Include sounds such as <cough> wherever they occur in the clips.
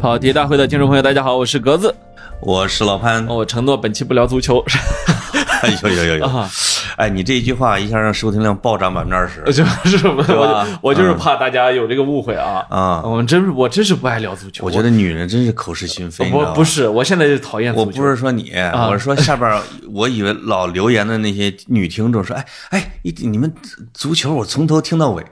跑题大会的听众朋友，大家好，我是格子。哦我是老潘。我承诺本期不聊足球， <laughs> <laughs> 哎呦呦呦呦啊！哎，你这一句话一下让收听量暴涨百分之二十就是我对吧就我就是怕大家有这个误会啊。啊！我们真是我真是不爱聊足球，我觉得女人真是口是心非，你知道我吗不，是，我现在就讨厌我足球。不是说啊你，我是说下边儿，我以为老留言的那些女听众说，哎哎，一你们足球我从头听到尾，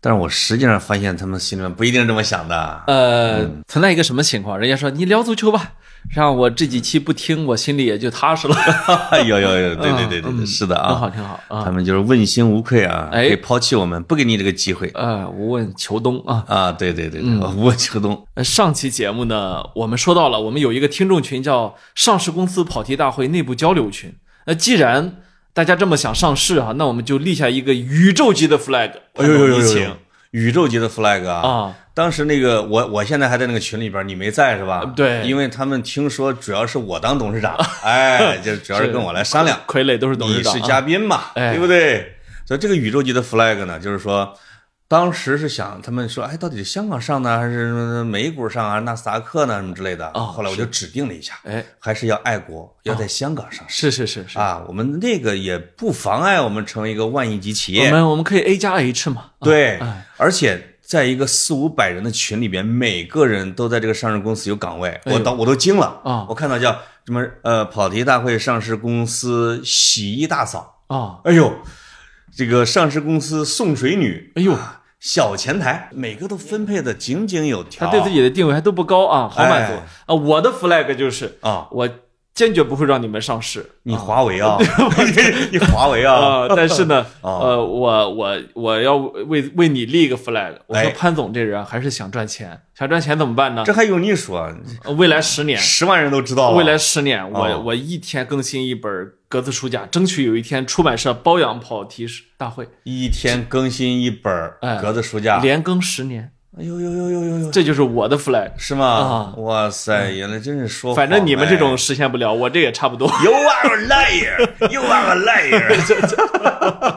但是我实际上发现他们心里面不一定这么想的。呃，嗯存在一个什么情况？人家说你聊足球吧，让我这几期不听，我心里也就踏实了。 <laughs> 哎呦呦呦，对对对对嗯对，是的 <laughs> 挺好，啊，挺好他啊。们就是问心无愧啊，哎可以抛弃我们，不给你这个机会呃，无问求东啊。啊！对对对，对我秋冬呃上期节目呢，我们说到了，我们有一个听众群叫上市公司跑题大会内部交流群。那既然大家这么想上市哈、那我们就立下一个宇宙级的 flag，哎呦呦呦疫呦情呦！宇宙级的 flag 啊！啊，当时那个我我现在还在那个群里边，你没在是吧？呃对因为他们听说主要是我当 <laughs> 董事长，哎，就主要是跟我来商量，傀儡都是董你事长是嘉宾嘛，哎对不对？所以这个宇宙级的 flag 呢，就是说。当时是想，他们说，哎，到底是香港上呢，还是美股上啊，还是纳斯达克呢，什么之类的。哦后来我就指定了一下，哎，还是要爱国，要在香港上市、是是是是，啊。我们那个也不妨碍我们成为一个万亿级企业。我们我们可以 A 加 H 嘛？啊对哎，而且在一个四五百人的群里边，每个人都在这个上市公司有岗位，哎呦我都我都惊了啊我看到叫什么呃跑题大会上市公司洗衣大嫂，啊，哎呦，这个上市公司送水女，哎呦啊小前台，每个都分配的井井有条。他对自己的定位还都不高啊，好满足哎啊。我的 flag 就是啊，我坚决不会让你们上市你华为 <laughs> 啊， <laughs> 你华为啊，啊，但是呢， <laughs> 哦呃，我我我要为为你立一个 flag。我说哎潘总这人还是想赚钱，想赚钱怎么办呢这？还用你说？啊呃未来十年，十万人都知道啊了。未来十年，我哦我一天更新一本格子书架，争取有一天出版社包养跑题大会，一天更新一本儿哎格子书架，连更十年，哎呦呦呦呦呦呦，这就是我的 flag。是吗？啊哇塞，原来真是说谎反哎，正你们这种实现不了，我这也差不多。 You are a liar, you are a <laughs> liar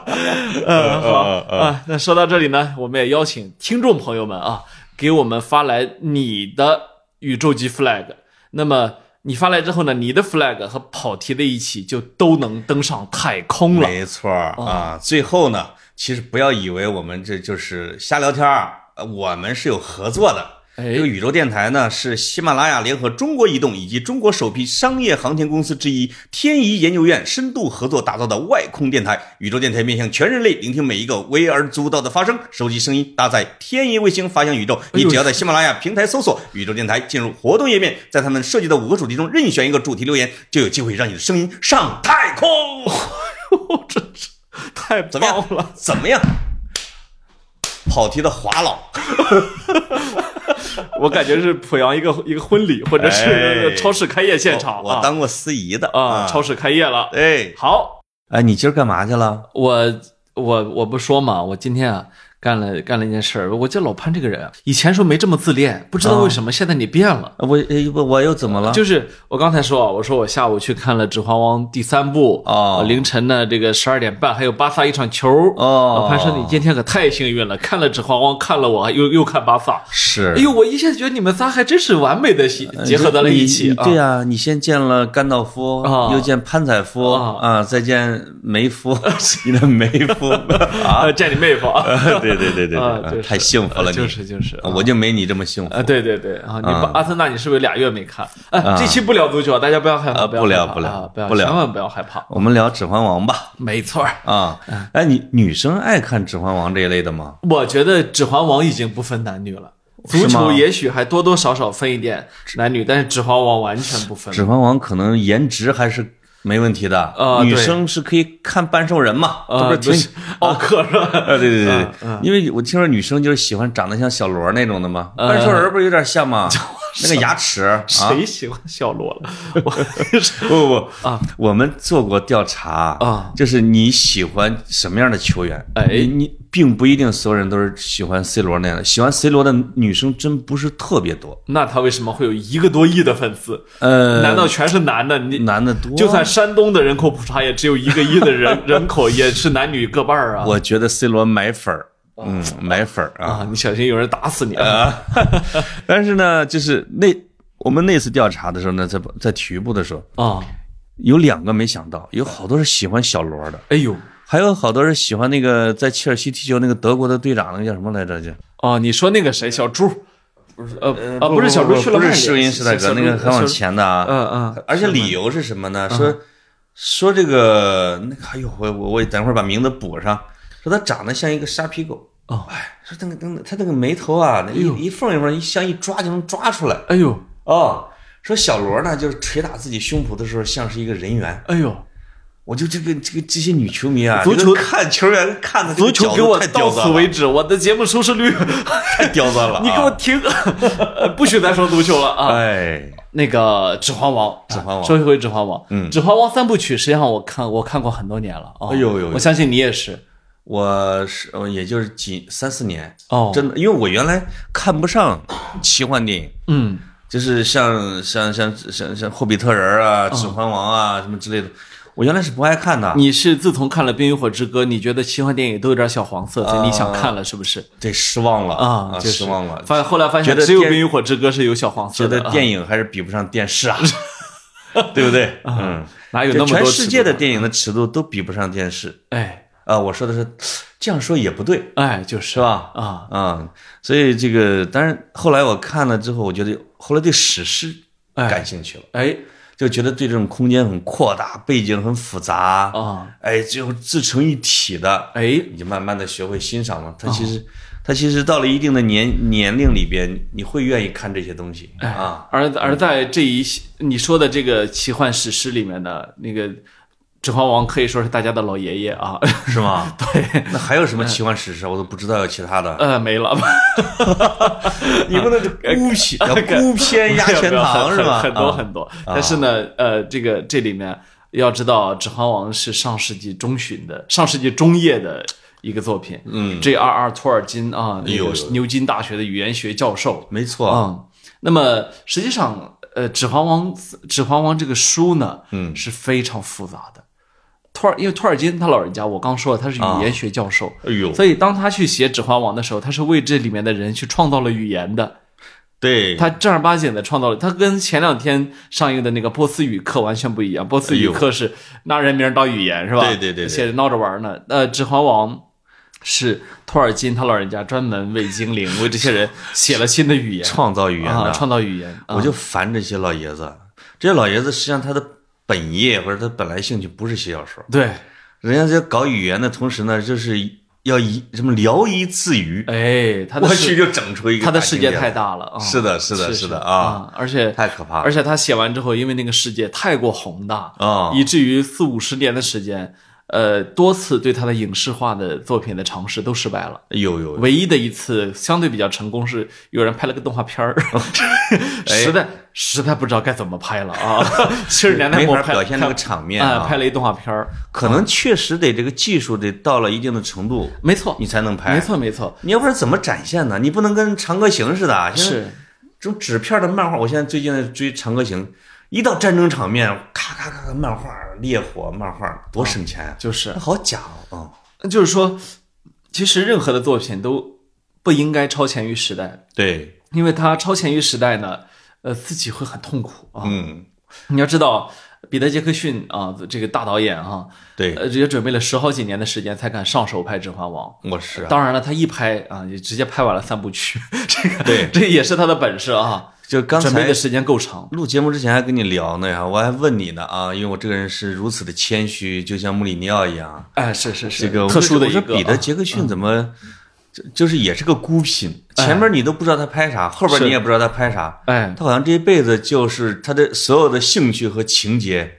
<laughs> 嗯，好呃呃啊。那说到这里呢，我们也邀请听众朋友们啊，给我们发来你的宇宙级 flag。那么你发来之后呢，你的 flag 和跑题的一起就都能登上太空了。没错儿啊。最后呢，其实不要以为我们这就是瞎聊天儿，呃我们是有合作的。哎这个宇宙电台呢，是喜马拉雅联合中国移动以及中国首批商业航天公司之一天仪研究院深度合作打造的外空电台。宇宙电台面向全人类，聆听每一个微而足道的发声。收集声音，搭载天仪卫星发向宇宙。哎你呦只要在喜马拉雅平台搜索“宇宙电台”，进入活动页面，在他们设计的五个主题中任选一个主题留言，就有机会让你的声音上太空。真是太怎么棒了！样？怎么样？跑题的华老，我感觉是濮阳一个一个婚礼，或者是呃哎超市开业现场我我啊当过司仪的啊，超市。市开业了。哎好，哎，你今儿干嘛去了？我我我不说嘛，我今天啊干了干了一件事儿。我觉得老潘这个人啊，以前说没这么自恋，不知啊道为什么现在你变了。我我我又怎么了？就是我刚才说啊，我说我下午去看了《指环王》第三部哦呃凌晨呢这个十二点半还有巴萨一场球哦老潘说你今天可太幸运了，看了《指环王》，看了我又又看巴萨。是哎呦，我一下觉得你们仨还真是完美的结合在了一起呃你啊！对呀，你先见了甘道夫啊，又见潘采夫啊啊，再见 <laughs> 梅夫，你的梅夫啊，啊，见你妹夫啊！ <laughs> 对对对对啊对，就是太幸福了，你就是就是啊我就没你这么幸福啊，。对对对啊，你啊把阿森纳你是不是有俩月没看？哎，啊这期不聊足球，大家不要害怕，啊要害怕不聊啊不不要聊不聊千万不要害怕，我们聊《指环王》吧，没错儿。啊，嗯哎，你女生爱看《指环王》这一类的吗？我觉得《指环王》已经不分男女了，足是吗球也许还多多少少分一点男女，但是《指环王》完全不分《指。环王》可能颜值还是没问题的，啊女对生是可以看半兽人嘛，这啊，不是不挺是 <laughs> 奥克是 <laughs> 吧？啊，对对对，因为我听说女生就是喜欢长得像小罗那种的嘛，呃半兽人不是有点 <laughs> 像吗？那个牙齿啊， <laughs> 谁喜欢小罗了？我不不不啊，我们做过调查啊，就是你喜欢什么样的球员？哎你你并不一定所有人都是喜欢 C 罗那样的，喜欢 C 罗的女生真不是特别多， <laughs> 那他为什么会有一个多亿的粉丝？呃，难道全是男的？你男的多？就算山东的人 <laughs> 口普查也只有一个亿的人人口，也是男女各半儿啊。我觉得 C 罗买粉儿嗯，奶粉儿啊啊，你小心有人打死你啊！啊！但是呢，就是那我们那次调查的时候呢，在在体育部的时候，啊，有两个没想到，有好多是喜欢小罗的，哎呦，还有好多是喜欢那个在切尔西踢球那个德国的队长，那个叫什么来着？就哦，你说那个谁，小猪，不是呃啊，不是小猪去了不曼是联，施因施大小哥，猪那个很往，小前的啊。嗯嗯，而且理由是什么呢？说说这个那个，哎呦，我我我等会儿把名字补上。说他长得像一个沙皮狗，哦，哎，说那个那个他那个眉头啊，那一一缝一缝，一像一抓就能抓出来。哎呦，哦，说小罗呢，就是捶打自己胸脯的时候像是一个人猿。哎呦，我就这个这个这些女球迷啊，足球这个看球员看的足球给我太到刁此钻为了，止，我的节目收视 <laughs> 率，太刁钻了啊。 <laughs> 你给我停，呃不许再说足球了啊！哎，那个《指环王》啊，指环王说一回《指环王》，嗯指环王》三部曲，实际上我看我看过很多年了啊。哎呦呦呦我相信你也是我是呃也就是几三四年，哦，真的，因为我原来看不上奇幻电影。嗯，就是像像像像像霍比特人啊、指环王啊什么之类的，我原来是不爱看的。嗯你是自从看了《冰与火之歌》，你觉得奇幻电影都有点小黄色，所以你想看了是不是？对，失望了啊，就是失望了，发后来发觉现得只有《电冰与火之歌》是有小黄觉色得的，啊电影还是比不上 <laughs> 电视啊，对不对？嗯，啊哪有那就么多全世界的尺啊电影的尺度都比不上电视度？哎啊！我说的是，这样说也不对，哎，就是是吧？啊，啊，所以这个，当然后来我看了之后，我觉得后来对史诗哎感兴趣了，哎就觉得对这种空间很扩大、背景很复杂，啊哎，最后自成一体的，哎你就慢慢的学会欣赏了。他其实，他其实到了一定的年年龄里边，你会愿意看这些东西啊。哎而而在这一系你说的这个奇幻史诗里面呢，那个《指环王》可以说是大家的老爷爷啊， <laughs> 是吗？对，那还有什么奇幻史诗？我都不知道有其他的。呃，没了。你不能孤僻，叫没孤篇有压没全有唐很是吧？很很多啊很多。但是呢，呃，这个这里面要知道，《指环王》是上世纪中旬的，上世纪中叶的一个作品。嗯，J.R.R. 托尔金啊，那哎呦个牛津大学的语言学教授没错，啊、嗯。那么实际上，呃，《指环王》《指环王》这个书呢，嗯是非常复杂的。托尔，因为托尔金他老人家，我刚说了，他是语言学教授，哎呦，所以当他去写《指环王》的时候，他是为这里面的人去创造了语言的。嗯对，他正儿八经的创造了，他跟前两天上映的那个波斯语课完全不一样。波斯语课是拿人名当语言，是吧？哎对对对对写着闹着玩呢。呃，《指环王》是托尔金他老人家专门为精灵、为这些人写了新的语言创造语言啊，的，创造语言。啊我就烦这些老爷子。这些老爷子实际上他的本业或者他本来兴趣不是写小说，对，人家在搞语言的同时呢，就是要以什么聊以自娱。哎，他的我世去，就整出一个他的大世经界典太来大了啊！是的，是的，是是的啊，啊，而且太可怕了而且他写完之后，因为那个世界太过宏大啊！以至于四五十年的时间，呃，多次对他的影视化的作品的尝试都失败了。哎有有唯一的一次相对比较成功是有人拍了个动画片儿，嗯 <laughs> 实在实在不知道该怎么拍了啊！七十年代哎没末法拍表现那个拍场面哎啊，拍了一动画片儿，可能确实得这个技术得到了一定的程度，没错，你才能没拍。错，没错，你要不然怎么展现呢？你不能跟《长歌行》似的啊，现在是这种纸片的漫画，我现在最近在追《长歌行》，一到战争场面，咔咔咔咔，漫画烈火漫画多省钱啊！就是那好假哦，嗯就是说，其实任何的作品都不应该超前于时代，对，因为它超前于时代呢，呃，自己会很痛苦啊。嗯，你要知道，彼得·杰克逊啊，这个大导演啊，对，呃，也准备了十好几年的时间才敢上手拍《指环王》。我是啊，当然了，他一拍啊，也直接拍完了三部曲，这个对这也是他的本事啊，就刚准备才的时间够长。录节目之前还跟你聊呢呀，我还问你呢啊，因为我这个人是如此的谦虚，就像穆里尼奥一样，哎，是是是，这个啊嗯特殊的我一说个我说彼得杰克逊怎么，就就是也是个孤品，前面你都不知道他拍啥，后边是你也不知道他拍啥，哎，他好像这一辈子就是他的所有的兴趣和情节，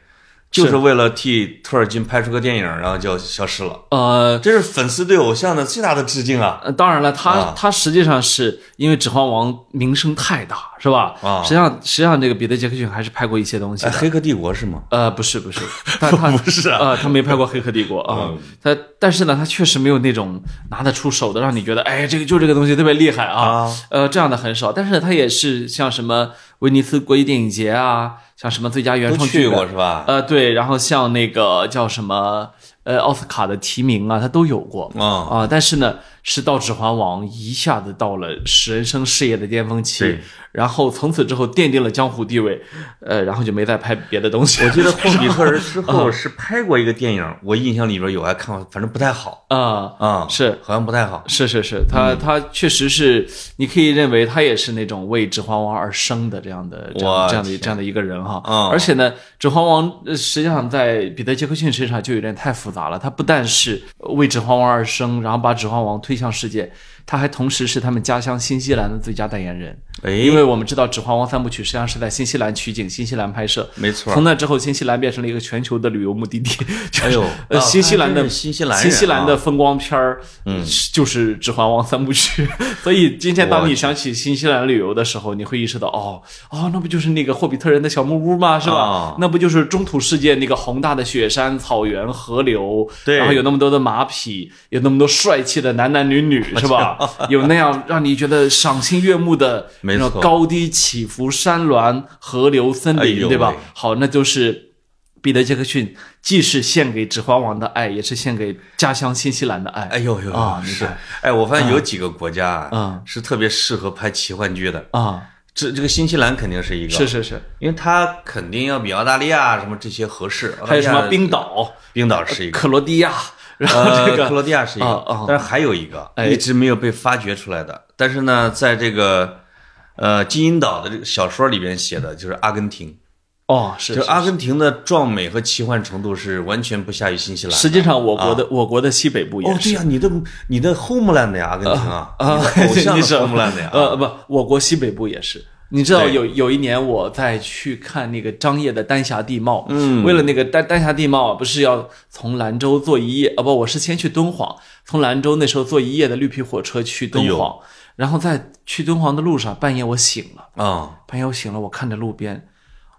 就是为了替托尔金拍出个电影，然后就消失了。呃，这是粉丝对偶像的最大的致敬啊！呃，当然了，他、啊他实际上是因为《指环王》名声太大，是吧？啊实际上实际上这个彼得·杰克逊还是拍过一些东西哎，的。 <laughs> 《黑客帝国》是吗？呃，不是不是，但他 <laughs> 不是啊嗯呃，他没拍过《黑客帝国》啊，他但是呢，他确实没有那种拿得出手的，让你觉得哎，这个就这个东西特别厉害啊，啊呃，这样的很少。但是他也是像什么威尼斯国际电影节啊，像什么最佳原都创剧去本过是吧？呃，对，然后像那个叫什么，呃，奥斯卡的提名啊，他都有过啊啊、但是呢，是到《指环王》一下子到了人生事业的巅峰期对，然后从此之后奠定了江湖地位，呃，然后就没再拍别的东西。我记得霍比特人之 <laughs> 后是拍过一个电影，我印象里边有，还看过，反正不太好啊、啊，是好像不太好。是是是，嗯他他确实是，你可以认为他也是那种为《指环王》而生的这样的这样我这样的天这样的一个人哈。嗯而且呢，《指环王》呃实际上在彼得·杰克逊身上就有点太复杂了。他不但是为《指环王》而生，然后把《指环王》推向世界，他还同时是他们家乡新西兰的最佳代言人。哎，因为我们知道《指环王》三部曲实际上是在新西兰取景、新西兰拍摄。没错从那之后，新西兰变成了一个全球的旅游目的地。就是哎呦 <laughs> 呃，啊新西兰他的真是新西兰人啊新西兰的风光片儿，嗯，就是《指环王》三部曲。 <laughs> 所以今天当你想起新西兰旅游的时候，你会意识到，哦，哦，那不就是那个霍比特人的小木屋吗？是吧啊？那不就是中土世界那个宏大的雪山、草原、河流，对然后有那么多的马匹，有那么多帅气的男男女 <laughs> 女，是吧？有那样让你觉得赏心悦目的没那种错高低起伏、山峦、河流、森哎林，呦对吧喂？好，那就是彼得·杰克逊，既是献给《指环王》的爱，也是献给家乡新西兰的爱。哎呦呦啊你是看，哎，我发现有几个国家嗯啊，是特别适合拍奇幻剧的。啊，这这个新西兰肯定是一个，是是是，因为它肯定要比澳大利亚什么这些合适。还有什澳么大利亚冰岛、冰岛 <laughs> 是一个，克罗地亚，然后这呃克个罗地亚是一啊啊个，但是还有一个哎一直没有被发掘出来的，但是呢，在这个呃金银岛的这个小说里边写的就是阿根廷，哦，是。就是阿根廷的壮美和奇幻程度是完全不下于新西兰的。实际上，我国的我国的西北部也啊哦，对是。呀，你的你的 homeland 呀，阿根廷啊，啊 <laughs> <laughs> 你的偶像你的是 homeland 呀，啊呃，不，我国西北部也是。你知道对有有一年我在去看那个张掖的丹霞地貌，嗯，为了那个丹丹霞地貌，不是要从兰州坐一夜啊？不，我是先去敦煌，从兰州那时候坐一夜的绿皮火车去哎敦呦煌，然后在去敦煌的路上，半夜我醒了，啊，半夜我醒了，我看着路边，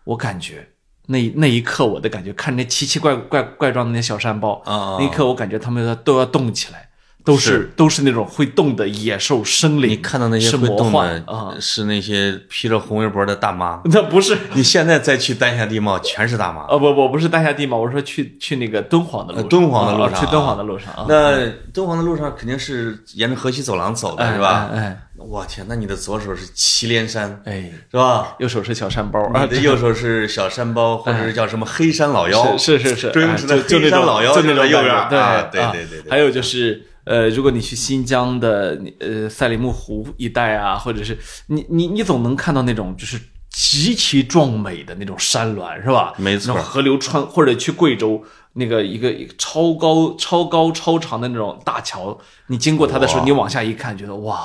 我感觉那那一刻我的感觉，看那奇奇怪怪怪状的那小山包，啊那一刻我感觉他们都要动起来，都是是都是那种会动的野兽生灵。你看到那些是会魔动幻啊的，，呃是那些披着红围脖的大妈。 <laughs> 那不是你现在再去丹霞地貌，全是大妈。啊，不不不是丹霞地貌，我说去去那个敦煌的路上，呃敦煌的路上啊去敦煌的路上啊，那敦煌的路上肯定是沿着河西走廊走的，是吧？哎我天，那你的左手是祁连山，哎，哎是吧？右手是小山包啊哎你，的右手是小山包，或者是叫什么黑山老妖？是是是是，周星哎驰就的就那黑山种老妖就那种就在右边感觉啊对对啊对对对还有就是。呃，如果你去新疆的呃赛里木湖一带啊，或者是你你你总能看到那种就是极其壮美的那种山峦，是吧？没那错种河流穿，或者去贵州那个一个一个超高超高超长的那种大桥，你经过它的时候，哇你往下一看，觉得哇，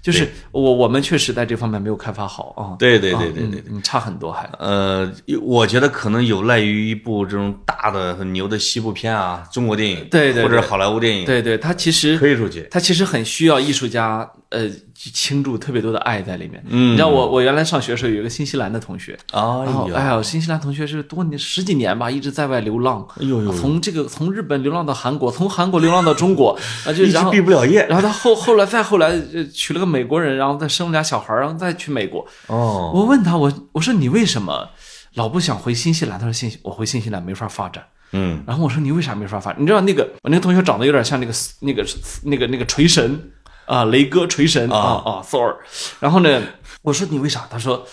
就是我我们确实在这方面没有开发好啊。对对啊对对对嗯嗯差很多还。呃，我觉得可能有赖于一部这种大的很牛的西部片啊，中国电影，对对对或者好莱坞电影对对，它其实推出去，他其实很需要艺术家，呃，倾注特别多的爱在里面。嗯，你知道我我原来上学的时候有一个新西兰的同学，哎然后呀，哎呀，新西兰同学是多年十几年吧，一直在外流浪，哎呦呦从这个从日本流浪到韩国，从韩国流浪到中 <laughs> 国，啊，就然一直后毕不了业然后他后后来再后来呃娶了个美国人，然后再生了俩小孩，然后再去美国。哦，我问他，我我说你为什么老不想回新西兰？他说新西我回新西兰没法发展。嗯，然后我说你为啥没法发？你知道那个我那个同学长得有点像那个那个那个那个锤神啊，雷哥锤神啊啊啊，Thor。然后呢，我说你为啥？他说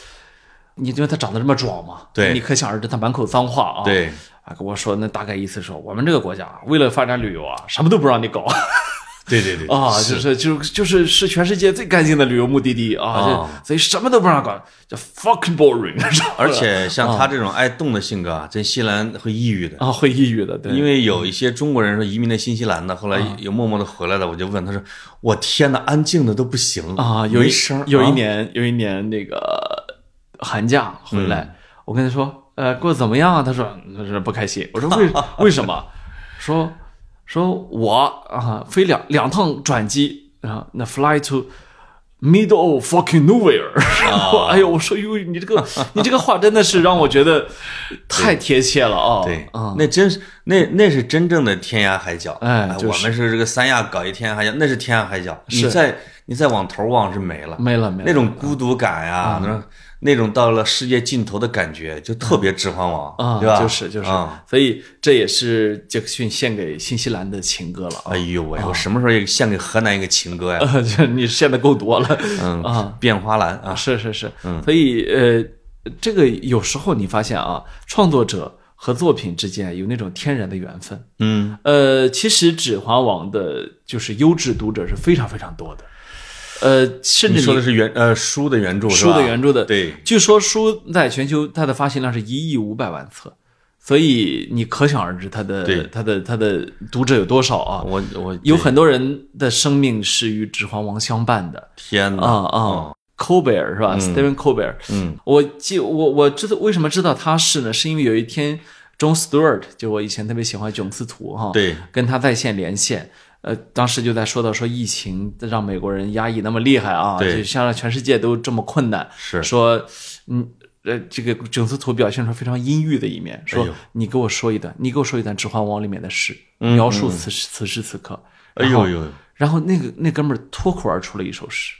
你因为他长得这么壮嘛，对你可想而知他满口脏话啊。对，啊，跟我说那大概意思说我们这个国家啊为了发展旅游啊，什么都不让你搞对对对，啊，就是就是就是是全世界最干净的旅游目的地啊，这啊所以什么都不让搞，叫 fucking boring，是吧而且像他这种爱动的性格啊，在新西兰会抑郁的。啊会抑郁的，对，因为有一些中国人说移民到新西兰的，后哦来有默默的回来的，我就问他说：“我天哪，安静的都不行啊，有一没声儿有一啊年、有一年那个寒假回来，嗯我跟他说，呃，过得怎么样啊？他说，他说不开心。我说 <laughs> 为为什么？说说我啊，飞两两趟转机啊，那 fly to。Middle of fucking nowhere，然后啊哎呦，我说哟，你这个你这个话真的是让我觉得太贴切了啊！对啊，，那真是那那是真正的天涯海角。啊哎就是我们是这个三亚搞一天涯海角，那是天涯海角。你在你再往头望是没了，没了没了嗯那种孤独感呀，那那种到了世界尽头的感觉，就特别《指环王》啊，对吧？就是就是啊，所以这也是杰克逊献给新西兰的情歌了啊。哎呦喂，我什么时候也献给河南一个情 <laughs> 歌呀？这你献的够多了，嗯啊，变花篮啊，是是是，所以呃，这个有时候你发现啊，创作者和作品之间有那种天然的缘分。嗯，呃，其实《指环王》的就是优质读者是非常非常多的，呃，甚你至说的是原呃书的原著是书吧？的原著的，对，据说书在全球它的发行量是一亿五百万册，所以你可想而知它对的它的它的读者有多少啊？我我有很多人的生命是与《指环王》相伴的天啊呐，啊！寇贝尔是吧？Stephen 寇贝尔，嗯，我记我我知道为什么知道他是呢？是因为有一天，John Stewart 就我以前特别喜欢囧司图哈，对，跟他在线连线，呃，当时就在说到说疫情让美国人压抑那么厉害啊，对就像让全世界都这么困难，是说嗯。呃，这个囧司图表现出非常阴郁的一面，说、哎呦嗯你给我说一段，你给我说一段《指环王》里面的事，描述此时此时此刻。哎然后呦，呦，然后那个那哥们儿脱口而出了一首诗，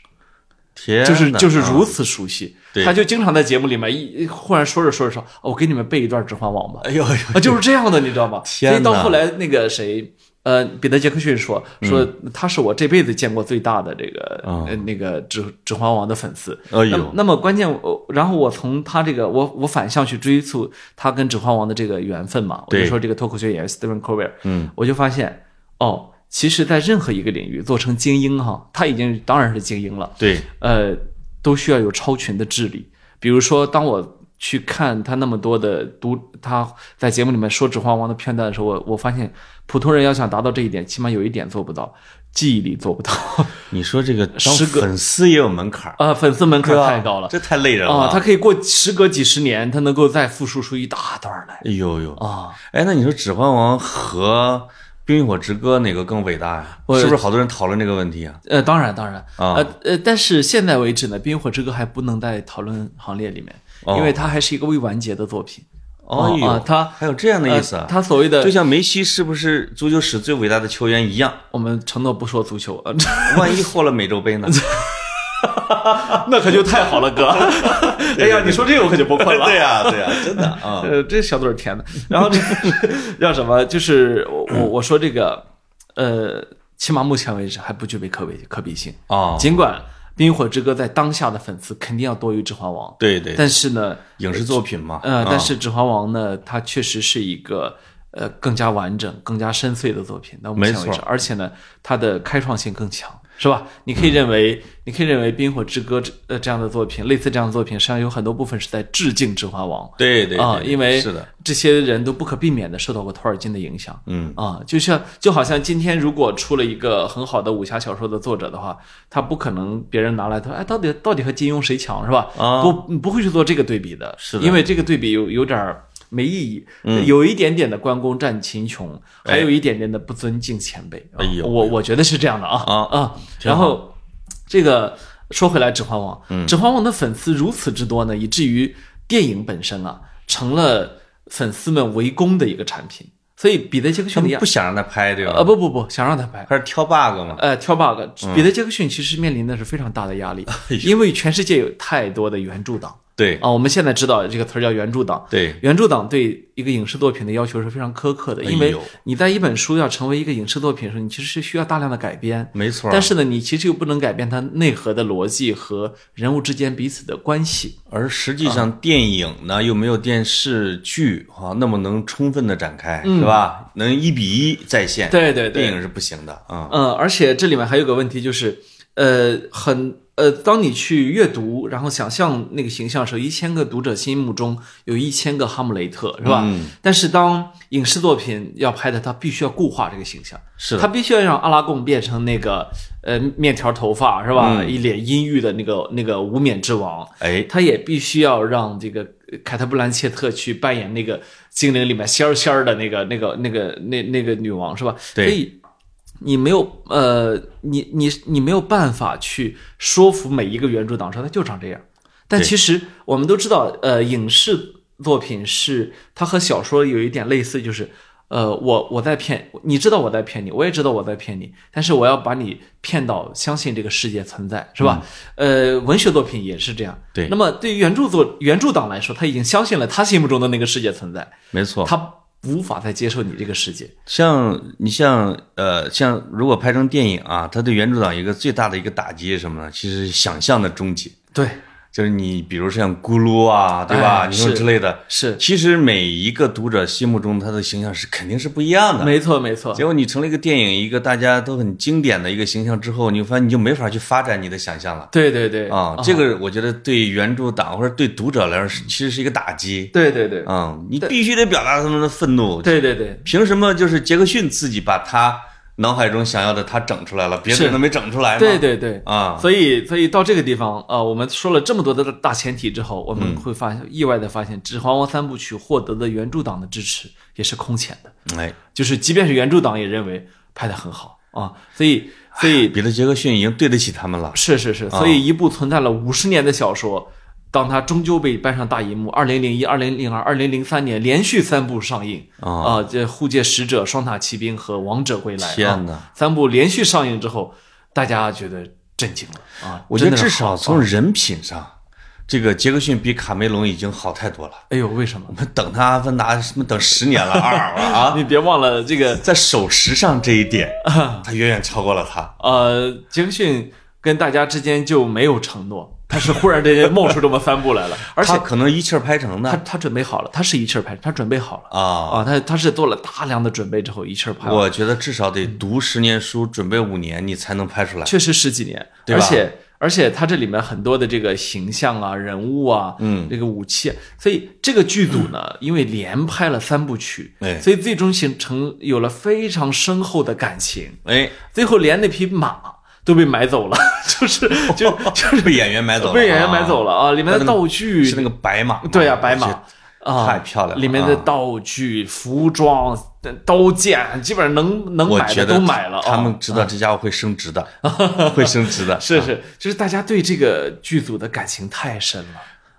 天呐，就是就是啊如此熟悉，对他就经常在节目里面一忽然说着说着说，哦我给你们背一段《指环王》吧，哎呦哎呦，啊，就是这样的，你知道吗？天所以到哪后来那个谁，呃，彼得·杰克逊说嗯说他是我这辈子见过最大的这个、啊呃那个指《指环王》的粉丝。哎那呦么，那么关键，我然后我从他这个，我我反向去追溯他跟《指环王》的这个缘分嘛，我就对说这个脱口秀演员 Stephen Colbert，嗯，我就发现哦，其实，在任何一个领域做成精英哈，他已经当然是精英了，对，呃，都需要有超群的智力。比如说，当我去看他那么多的读，他在节目里面说《指环王》的片段的时候，我我发现普通人要想达到这一点，起码有一点做不到，记忆力做不到。 <laughs> 你说这个当十个粉丝也有门槛儿，呃，粉丝门槛对吧太高了这太累人了啊、他可以过时隔几十年，他能够再复述出一大段来哎呦呦，啊。哎，那你说《指环王》和《冰与火之歌》哪个更伟大呀、我是不是好多人讨论这个问题啊？呃，当然，当然，啊呃呃，但是现在为止呢，《冰与火之歌》还不能在讨论行列里面，因为它还是一个未完结的作品。哦啊啊呦，他还有这样的意思呃啊？它所谓的就像梅西是不是足球史最伟大的球员一 <laughs> 样，我们承诺不说足球， <laughs> 呃万一获了美洲杯 <laughs> 呢？那可就太好了，哥。哎呀，你说这个我可就不困了。对呀、对呀、<laughs> 真的啊，呃，这小嘴儿甜的。然后这 <laughs> 叫什么？就是我我我说这个，呃，起码目前为止还不具备可比可比性。啊，尽管《冰与火之歌》在当下的粉丝肯定要多于《指环王》，对对，但是呢，影视作品嘛，呃，啊但是《指环王》呢，它确实是一个呃更加完整、更加深邃的作品。到目前没为错止，而且呢，它的开创性更强，是吧？你嗯可以认为，你可以认为《冰火之歌》这呃这样的作品，类似这样的作品，实际上有很多部分是在致敬《指环王》对对啊，对因为是的，这些人都不可避免的受到过托尔金的影响。嗯啊，就像就好像今天如果出了一个很好的武侠小说的作者的话，他不可能别人拿来他说哎，到底到底和金庸谁强是吧？啊不不会去做这个对比的，是的嗯因为这个对比有有点儿没意义，有一点点的关公战秦琼，还有一点点的不尊敬前辈。啊哎呦我我觉得是这样的啊啊啊，挺然好嗯后这个说回来，《指环王》指环王》的粉丝如此之多呢，以至于电影本身啊成了粉丝们围攻的一个产品。所以彼得·杰克他逊的们压不想让嗯他拍对吧？呃不不不想让他拍，还是挑 bug 嘛？呃挑 bug。彼得·杰克逊其实面临的是非常大的 <laughs> 压力，哎因为全世界有太多的原著党对啊。我们现在知道这个词儿叫原著党，对，原著党对一个影视作品的要求是非常苛刻的，哎呦因为你在一本书要成为一个影视作品的时候，你其实是需要大量的改编。没错。但是呢，你其实又不能改变它内核的逻辑和人物之间彼此的关系。而实际嗯上，电影呢、又没有电视剧啊那么能充分的展开，是吧？能一比一再现，嗯对对对电影是不行的啊。嗯，而且这里面还有个问题就是，呃，很呃，当你去阅读，然后想象那个形象的时候，一千个读者心目中有一千个哈姆雷特，是吧？嗯但是当影视作品要拍的，它必须要固化这个形象，是的它必须要让阿拉贡变成那个呃面条头发是吧，一脸阴郁的那个那个无冕之王，哎，他也必须要让这个呃凯特·布兰切特去扮演那个精灵里面仙儿仙儿的那个、那个、那个、那那个女王，是吧？对所以你没有呃，你你你没有办法去说服每一个原著党说他哎就长这样。但对其实我们都知道，呃，影视作品是它和小说有一点类似，就是呃，我我在骗你，知道我在骗你，我也知道我在骗你，但是我要把你骗到相信这个世界存在，是吧？呃，文学作品也是这样。嗯对那么对于原著作原著党来说，他已经相信了他心目中的那个世界存在，没错，他无法再接受你这个世界。像你像呃像如果拍成电影啊，它对原著党一个最大的一个打击是什么呢？其实是想象的终结，对，就是你比如说像咕噜啊，对吧？哎你说是之类的，是，其实每一个读者心目中他的形象是肯定是不一样的。没错，没错结。果你成了一个电影，一个大家都很经典的一个形象之后，你发现你就没法去发展你的想象了对对对啊！这个我觉得对原著党或者对读者来说是，其实是一个打击对对对，啊！你必须得表达他们的愤怒，对对对，凭什么就是杰克逊自己把他脑海中想要的他整出来了，别的是人都没整出来吗？对对对。啊，所以，所以到这个地方，呃，我们说了这么多的大前提之后，嗯我们会发现、意外的发现，《指环王》三部曲获得的原著党的支持也是空前的，哎，就是即便是原著党也认为拍得很好啊，所以，所以彼得哎杰克逊已经对得起他们了。是是啊是，所以一部存在了五十年的小说，当它终究被搬上大荧幕，二零零一、二零零二、二零零三年连续三部上映啊啊，这《护戒使者》《双塔奇兵》和《王者归来》天啊哪，三部连续上映之后，大家觉得震惊了啊！我觉得真的至是好少从人品上，这个杰克逊比卡梅隆已经好太多了。哎呦，为什么？我们等他阿凡达什么等十年了 <laughs> 二了啊，你别忘了这个，在守时上这一 <laughs> 点，他远远超过了他。呃，杰克逊跟大家之间就没有承诺，他是忽然之间冒出这么三部 <laughs> 来了，而且他可能一气儿拍成他的他准备好了，他是一气儿拍，他准备好了啊。 <laughs> 啊，他他是做了大量的准备之后一气儿拍完，我觉得至少得读十年书，准备五年，你才能拍出来。确实十几年，对而吧且而且他这里面很多的这个形象啊、人物啊，嗯，这个武器啊，所以这个剧组呢，因为连拍了三部曲，嗯哎所以最终形成有了非常深厚的感情，哎，最后连那匹马都被买走了， <laughs> 就是 <laughs> <laughs> 就就是被演员买走了，被演员买走了，了啊！里面的道具哦是那个白马吗。对呀、白马我觉得啊，太漂亮了里面的道具、服装、刀剑，基本上能能我买觉的都得买了啊。他们知道这家伙会升 <laughs> 值的，会升值的。是是，就是大家对这个剧组的感情太深了。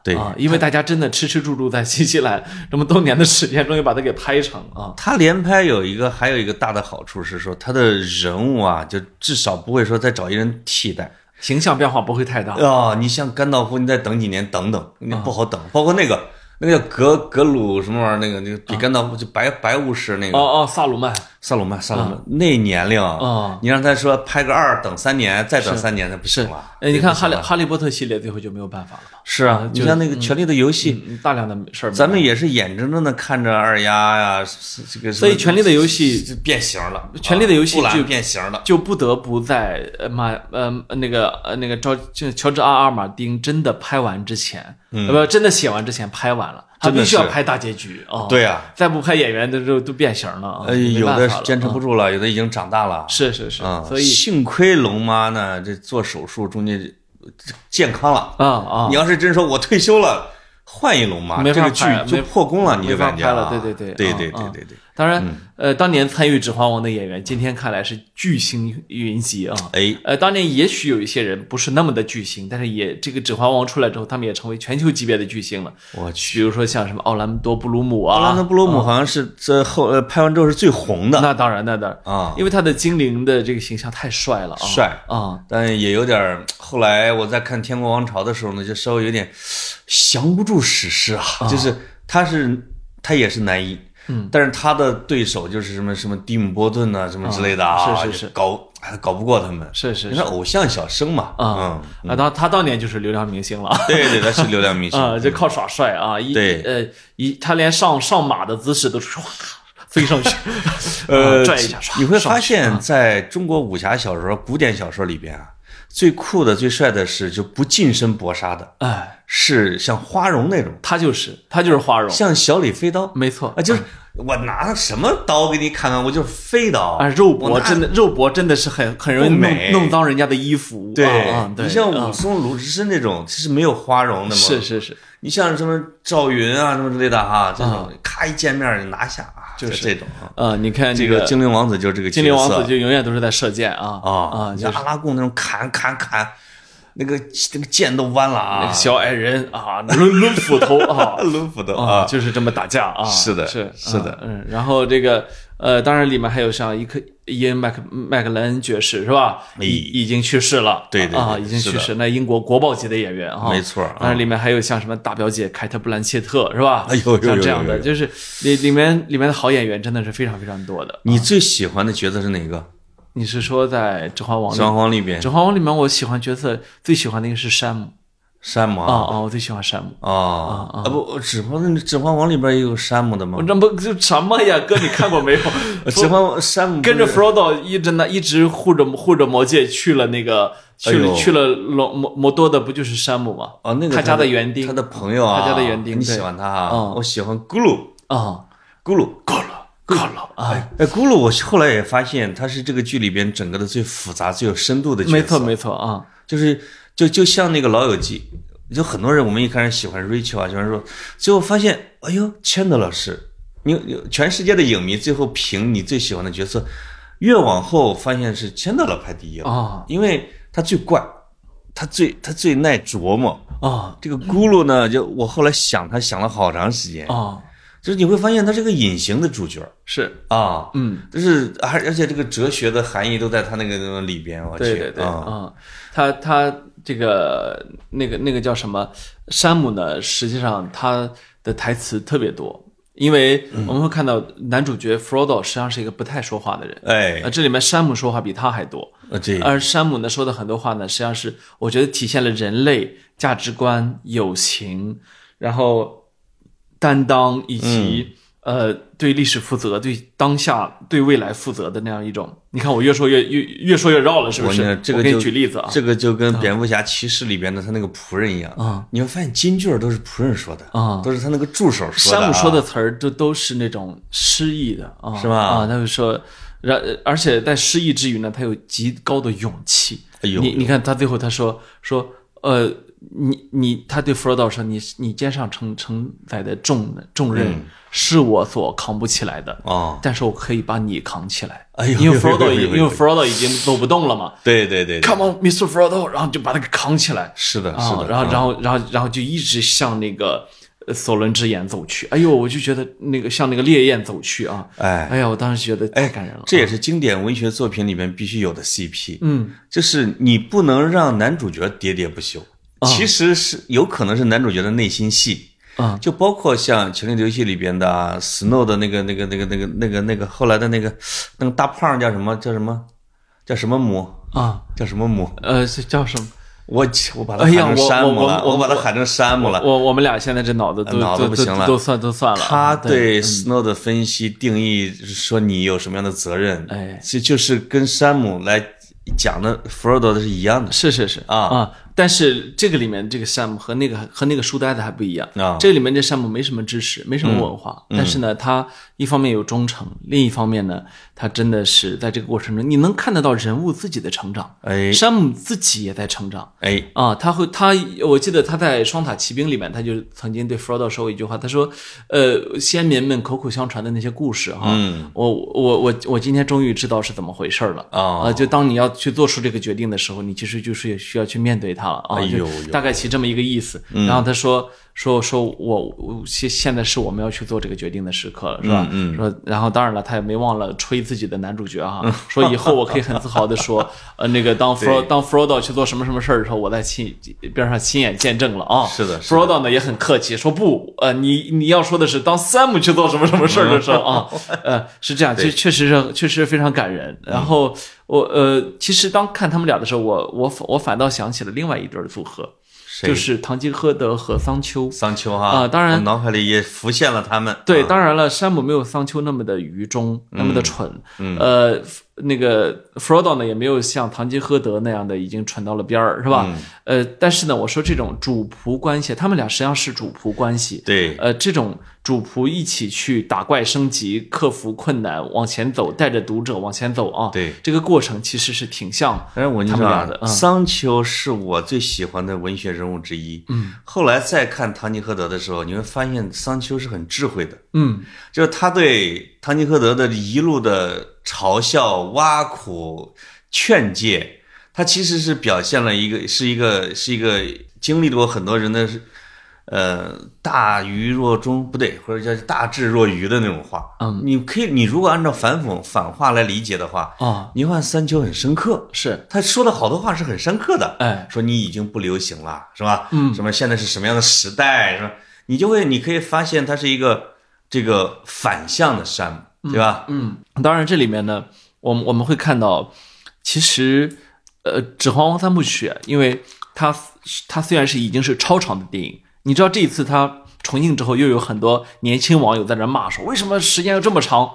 对啊，因为大家真的吃吃住住在新西兰这么多年的时间，终于把它给拍成啊。他连拍有一个，还有一个大的好处是说，他的人物啊，就至少不会说再找一人替代。形象变化不会太大，啊、你像甘道夫，你再等几年，等啊等，你不好等。包括那个那个叫格格鲁什么玩意儿，那个那个比甘道夫就白白巫师那个、哦哦，萨鲁曼萨鲁曼，萨鲁曼、那年龄啊你让他说拍个二，等三年，再等三年，那不是行了。，哎，你看哈利不行了哈利波特系列最后就没有办法了嘛，是啊，你像那个《权力的游戏》嗯大量的事儿没咱们办也是眼睁睁的看着二丫呀，是是这个什么所以权力的游戏就变形了，权力的游戏啊布兰就嗯变形了法，就不得不在呃马呃那个呃那个乔就乔治阿尔马丁真的拍完之前，呃不真的写完之前拍完了，他嗯真的必须要是拍大结局啊。哦对啊，再不拍演员的就都变形了啊。呃，没有办的法是了坚持啊不住了，有的已经长大了，是是是啊，，所以幸亏龙妈呢，这做手术中间健康了。啊啊你，要是真说我退休了，换一龙妈，没这法个剧拍没就破功了，你就没法感觉拍了啊对对对对嗯对嗯对对对，当然，呃，当年参与《指环王》的演员，今天看来是巨星云集啊。哎，呃，当年也许有一些人不是那么的巨星，但是也这个《指环王》出来之后，他们也成为全球级别的巨星了。我去，比如说像什么奥兰多·布鲁姆啊，奥兰德布鲁姆好像是这后呃拍完之后是最红的那当然，那当然，啊，因为他的精灵的这个形象太帅了啊，帅啊，但也有点儿。后来我在看《天国王朝》的时候呢，就稍微有点降不住史诗啊，就是他是他也是男一，嗯，但是他的对手就是什么什么蒂姆·波顿呐、什么之类的啊，是是就是搞哎搞不过他们，是是你是看偶像小生嘛，啊嗯，啊，当他当年就是流量明星了。对对，他是流量明星， <laughs> 啊、就靠耍帅啊！一对呃，一他连上上马的姿势都 <laughs> 是唰飞上 <laughs> 去，呃啊拽一下，唰你会上发去现在中国武侠小说、古典小说里边啊，最酷的、最帅的是就不近身搏杀的，哎，是像花荣那种，他就是他就是花荣，像小李飞刀。没错啊，就是我拿什么刀给你看看，我就是飞刀啊，肉我搏拿真的肉搏真的是很很容易不弄美弄脏人家的衣服，对啊啊、对你像武啊松、鲁智深这种，其实没有花荣的嘛。是，是是，你像什么赵云啊什么之类的哈，这啊种咔一见面就拿下啊，就是这种啊。呃，你看这个个精灵王子就是这个精灵王角子色就永远都是在射箭啊啊啊，就像阿拉贡那种砍砍砍，那个那个剑都弯了那个啊，，小矮人啊，抡抡斧头啊 <laughs> 抡斧头啊，啊，就是这么打架啊。是的是是的啊嗯。然后这个呃，当然里面还有像伊克伊恩麦克麦克莱恩爵士是吧？哎已已经去世了，对对对啊，已经是去的世。那英国国宝级的演员啊，没错啊当然里面还有像什么大表姐凯特布兰切特是吧？哎呦呦呦像这样呦的，呦就是里里面里面的好演员真的是非常非常多的。你最喜欢的角色是哪个？你是说在《指环王》 《里？双皇》里边《指环王》里面我喜欢角色最喜欢的一个是山姆山姆啊啊啊，我最喜欢山姆。啊啊不，《指环》《指环王》里边也有山姆的吗我？这不这什么呀，哥，你看过没有？ 《指环王》山姆不是跟着 Frodo 一直呢，一直护着护着魔戒去了那个去哎了、呦去了罗摩摩多的不就是山姆吗？哦，那个他家的园丁他的朋友啊，他家的园丁你对喜欢他啊？嗯我喜欢咕噜啊，咕噜。够了够了啊！哎，咕噜，我后来也发现他是这个剧里边整个的最复杂、最有深度的角色。没错没错啊，就是就就像那个《老友记》，就很多人我们一开始喜欢 Rachel 啊，喜欢说，最后发现，哎呦，Chandler 是，你你全世界的影迷最后评你最喜欢的角色，越往后发现是 Chandler 排第一了，啊因为他最怪，他最他最耐琢磨。啊这个咕噜呢，就我后来想他想了好长时间，啊！就是你会发现他是个隐形的主角是，啊，嗯，就是而而且这个哲学的含义都在他那个里边，我去，对对对啊啊，他他这个那个那个叫什么山姆呢？实际上他的台词特别多，因为我们会看到男主角 Frodo 实际上是一个不太说话的人，哎呃，，这里面山姆说话比他还多。呃这而山姆呢说的很多话呢，实际上是我觉得体现了人类价值观、友情，然后担当以及、嗯呃对历史负责、对当下、对未来负责的那样一种。你看我越说越越越说越绕了，是不我呢是？这个我给就你举例子啊，这个就跟蝙蝠侠骑士里边的他那个仆人一样啊，你会发现金句儿都是仆人说的啊都是他那个助手说的啊。山姆说的词儿都都是那种诗意的啊，是吧啊，他就说。然而且在诗意之余呢，他有极高的勇气。哎呦你你看他最后他说说呃，你你他对弗罗道说你你肩上承承载的重重任、嗯是我所扛不起来的，啊，但是我可以把你扛起来。哎呦因为弗罗道哎已呦哎呦哎呦因为弗罗道已经走不动了嘛。对对对，对 Come on，Mr. Frodo，然后就把他给扛起来。是的，嗯是啊，的，然后然后然后然后就一直向那个呃索伦之眼走去。哎呦，我就觉得那个向那个烈焰走去啊！哎，哎呀，我当时觉得太感人了。啊这也是经典文学作品里面必须有的 CP，嗯，就是你不能让男主角喋喋不休，其实是有可能是男主角的内心戏。啊就包括像《权力的游戏》里边的、啊、Snow 的那个、那个、那个、那个、那个、那个后来的那个那个大胖儿叫什么？叫什么？叫什么姆？啊，叫什么姆？呃，这叫什么？我我把它哎喊呀成我山姆了，我我把它喊成山姆了。我我们俩现在这脑子都脑子都不都行了都算都算了啊。他对，对 Snow 的分析定义是说你有什么样的责任，哎这就是跟山姆来讲的 Frodo 的是一样的。是是是啊但是这个里面这个山姆和那个和那个书呆子还不一样啊嗯这里面这山姆没什么知识，没什么文化，但是呢，他一方面有忠诚，另一方面呢，他真的是在这个过程中，你能看得到人物自己的成长。哎山姆自己也在成长哎，啊，他会他，我记得他在《双塔奇兵》里面，他就曾经对 Frodo 说过一句话，他说：“呃，先民们口口相传的那些故事哈，嗯我我我我今天终于知道是怎么回事了哦啊！就当你要去做出这个决定的时候，你其实就是需要去面对它了啊！哎呦就呦大概其这么一个意思。嗯然后他说说说我我现现在是我们要去做这个决定的时刻了，是吧？嗯嗯说然后当然了，他也没忘了吹自己的男主角 <laughs> 哈，说以后我可以很自豪的说，呃，那个当 Fro 当 Frodo 去做什么什么事儿的时候，我在亲边上亲眼见证了啊！是的是的 Frodo 呢也很客气，说不，呃，你你要说的是当 Sam 去做什么什么事儿的时候啊，嗯呃，是这样，确确实是确实非常感人。然后我呃，其实当看他们俩的时候，我我反我反倒想起了另外一对儿组合，谁就是堂吉诃德和桑丘。桑丘哈啊当然我脑海里也浮现了他们。对，啊当然了，山姆没有桑丘那么的愚忠，嗯那么的蠢。呃，那个 Frodo 呢，也没有像堂吉诃德那样的已经蠢到了边儿，是吧？嗯呃，但是呢，我说这种主仆关系，他们俩实际上是主仆关系。对呃，这种主仆一起去打怪升级、克服困难、往前走，带着读者往前走啊。对这个过程其实是挺像但是我跟你他说们俩啊的，嗯桑丘是我最喜欢的文学人物之一。嗯，后来再看《堂吉诃德》的时候，你会发现桑丘是很智慧的。嗯就是他对堂吉诃德的一路的嘲笑、挖苦、劝诫，它其实是表现了一个是一个是一个经历过很多人的，呃，大愚若中不对，或者叫大智若愚的那种话。嗯，你可以，你如果按照反讽反话来理解的话，啊，你看三秋很深刻，是，他说的好多话是很深刻的。哎，说你已经不流行了，是吧？嗯，什么现在是什么样的时代，是吧？你就会，你可以发现它是一个这个反向的山姆，对吧？嗯，当然这里面呢，我们我们会看到，其实呃，《指环王》三部曲，啊因为它它虽然是已经是超长的电影，你知道这一次它。重映之后，又有很多年轻网友在那骂说，为什么时间要这么 <laughs> 长？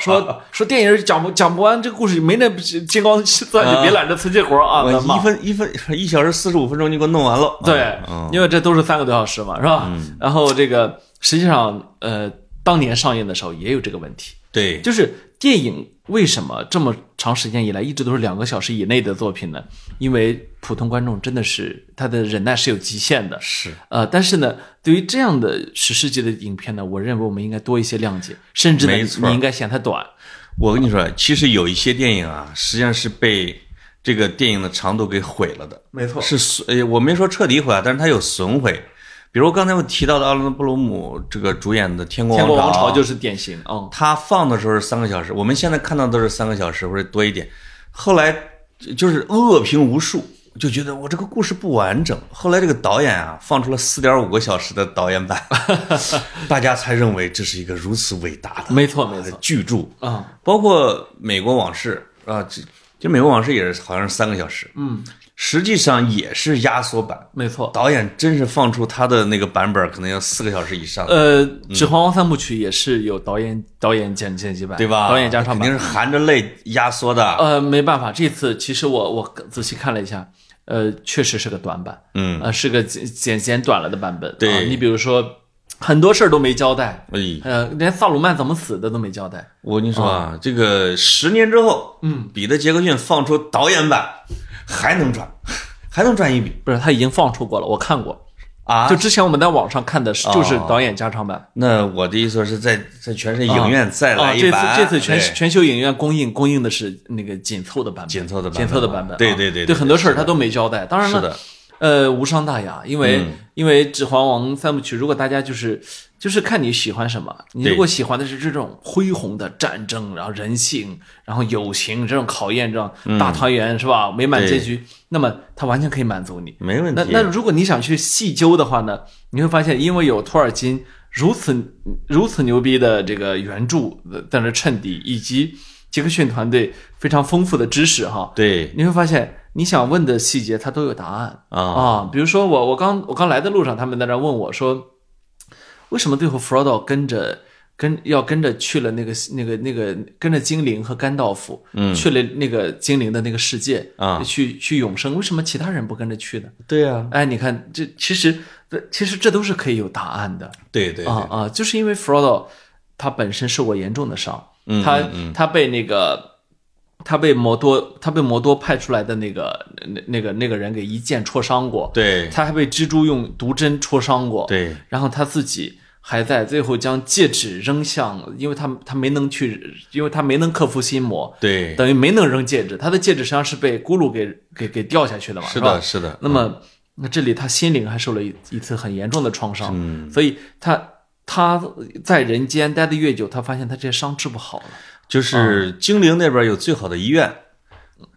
说说电影讲不讲不完，这个故事没那金刚钻，你别揽这瓷器活啊！ <laughs> 我在骂一分一分一小时四十五分钟就给我弄完了。对嗯，因为这都是三个多小时嘛，是吧？然后这个实际上，呃，当年上映的时候也有这个问题，对，就是电影为什么这么长时间以来一直都是两个小时以内的作品呢？因为普通观众真的是他的忍耐是有极限的。是呃，但是呢，对于这样的史诗级的影片呢，我认为我们应该多一些谅解，甚至呢，没错你应该嫌它短。我跟你说，其实有一些电影啊，实际上是被这个电影的长度给毁了的。没错是损，呃，我没说彻底毁啊，但是它有损毁。比如刚才我提到的奥伦布鲁姆这个主演的《天国天国王朝就就。是典型，嗯，他放的时候是三个小时，我们现在看到都是三个小时或者多一点。后来就是恶评无数，就觉得我这个故事不完整。后来这个导演啊，放出了四点五个小时的导演版， <laughs> 大家才认为这是一个如此伟大的没错没错，巨著。嗯，包括《美国往事》啊，这这《美国往事》也是好像是三个小时，嗯，实际上也是压缩版。没错。导演真是放出他的那个版本，可能要四个小时以上。呃，《指环王》三部曲也是有导演导演剪剪辑版，对吧？导演加长肯版。定是含着泪压缩的。哎呃，没办法，这次其实我我仔细看了一下，呃，确实是个短版，嗯，呃，是个剪剪剪短了的版本。对啊你比如说很多事儿都没交代，哎，呃，连萨鲁曼怎么死的都没交代。我跟你说啊，这个十年之后，嗯，彼得·杰克逊放出导演版，还能赚，还能赚一笔不是，他已经放出过了，我看过。啊！哦就之前我们在网上看的是，就是导演加长版。那我的意思是在在全是影院再啊，来这一次版，这次全对全球影院公映公映的是那个紧凑的版本，紧凑的版本紧凑的版本。对啊对对对对，很多事是儿的他都没交代。当然是了，的，嗯呃，无伤大雅，因为、因为《指环王》三部曲，如果大家就是就是看你喜欢什么，你如果喜欢的是这种恢宏的战争，然后人性，然后友情这种考验，这种嗯大团圆、是吧？美满结局，那么它完全可以满足你。没问题那。那如果你想去细究的话呢，你会发现，因为有托尔金如此如此牛逼的这个原著在那衬底，以及杰克逊团队非常丰富的知识哈，对你会发现你想问的细节它都有答案。啊，啊，比如说我我刚我刚来的路上，他们在那问我说，为什么最后 Frodo 跟着跟要跟着去了那个那个那个跟着精灵和甘道夫，嗯，去了那个精灵的那个世界啊去去永生，为什么其他人不跟着去呢？对啊呀，哎，你看这其实其实这都是可以有答案的对对啊对，啊，就是因为 Frodo 他本身受过严重的伤，嗯他嗯嗯他被那个。他被魔多，他被魔多派出来的那个那那个那个人给一剑戳伤过，对他还被蜘蛛用毒针戳伤过，，对然后他自己还在最后将戒指扔向，因为他他没能去，因为他没能克服心魔，对，等于没能扔戒指，他的戒指实际上是被咕噜给给给掉下去的嘛，是吧的，？是的。那么那这里他心灵还受了一一次很严重的创伤，嗯、所以他他在人间待得越久，他发现他这些伤治不好了。哦就是精灵那边有最好的医院，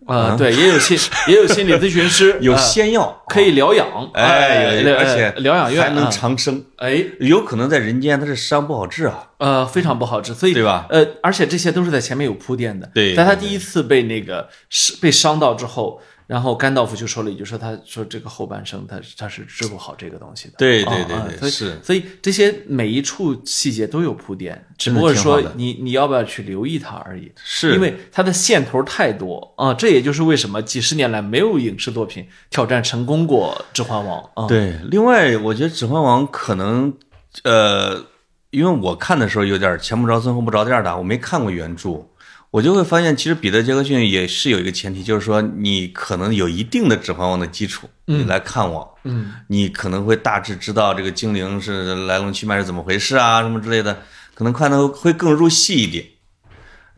呃，对，也有心 <laughs> 也有心理咨询师，啊 <laughs> 有呃仙药，可以疗养，哎，有呃而且疗养院还能啊长生。哎，有可能在人间，他这伤不好治啊。呃，非常不好治，所以对吧呃，而且这些都是在前面有铺垫的。对在他对第一次被那个是被伤到之后，然后甘道夫就说了一句，说他说这个后半生他他是治不好这个东西的。对啊对对啊对所以是所以这些每一处细节都有铺垫，只真的不过挺好说的你你要不要去留意它而已。是因为它的线头太多啊，这也就是为什么几十年来没有影视作品挑战成功过《指环王》啊。对，另外我觉得《指环王》可能，呃，因为我看的时候有点前不着村后不着店的，我没看过原著，我就会发现，其实彼得·杰克逊也是有一个前提，就是说你可能有一定的《指环王》的基础，你来看我，嗯，你可能会大致知道这个精灵是来龙去脉是怎么回事啊，什么之类的，可能看的会更入戏一点。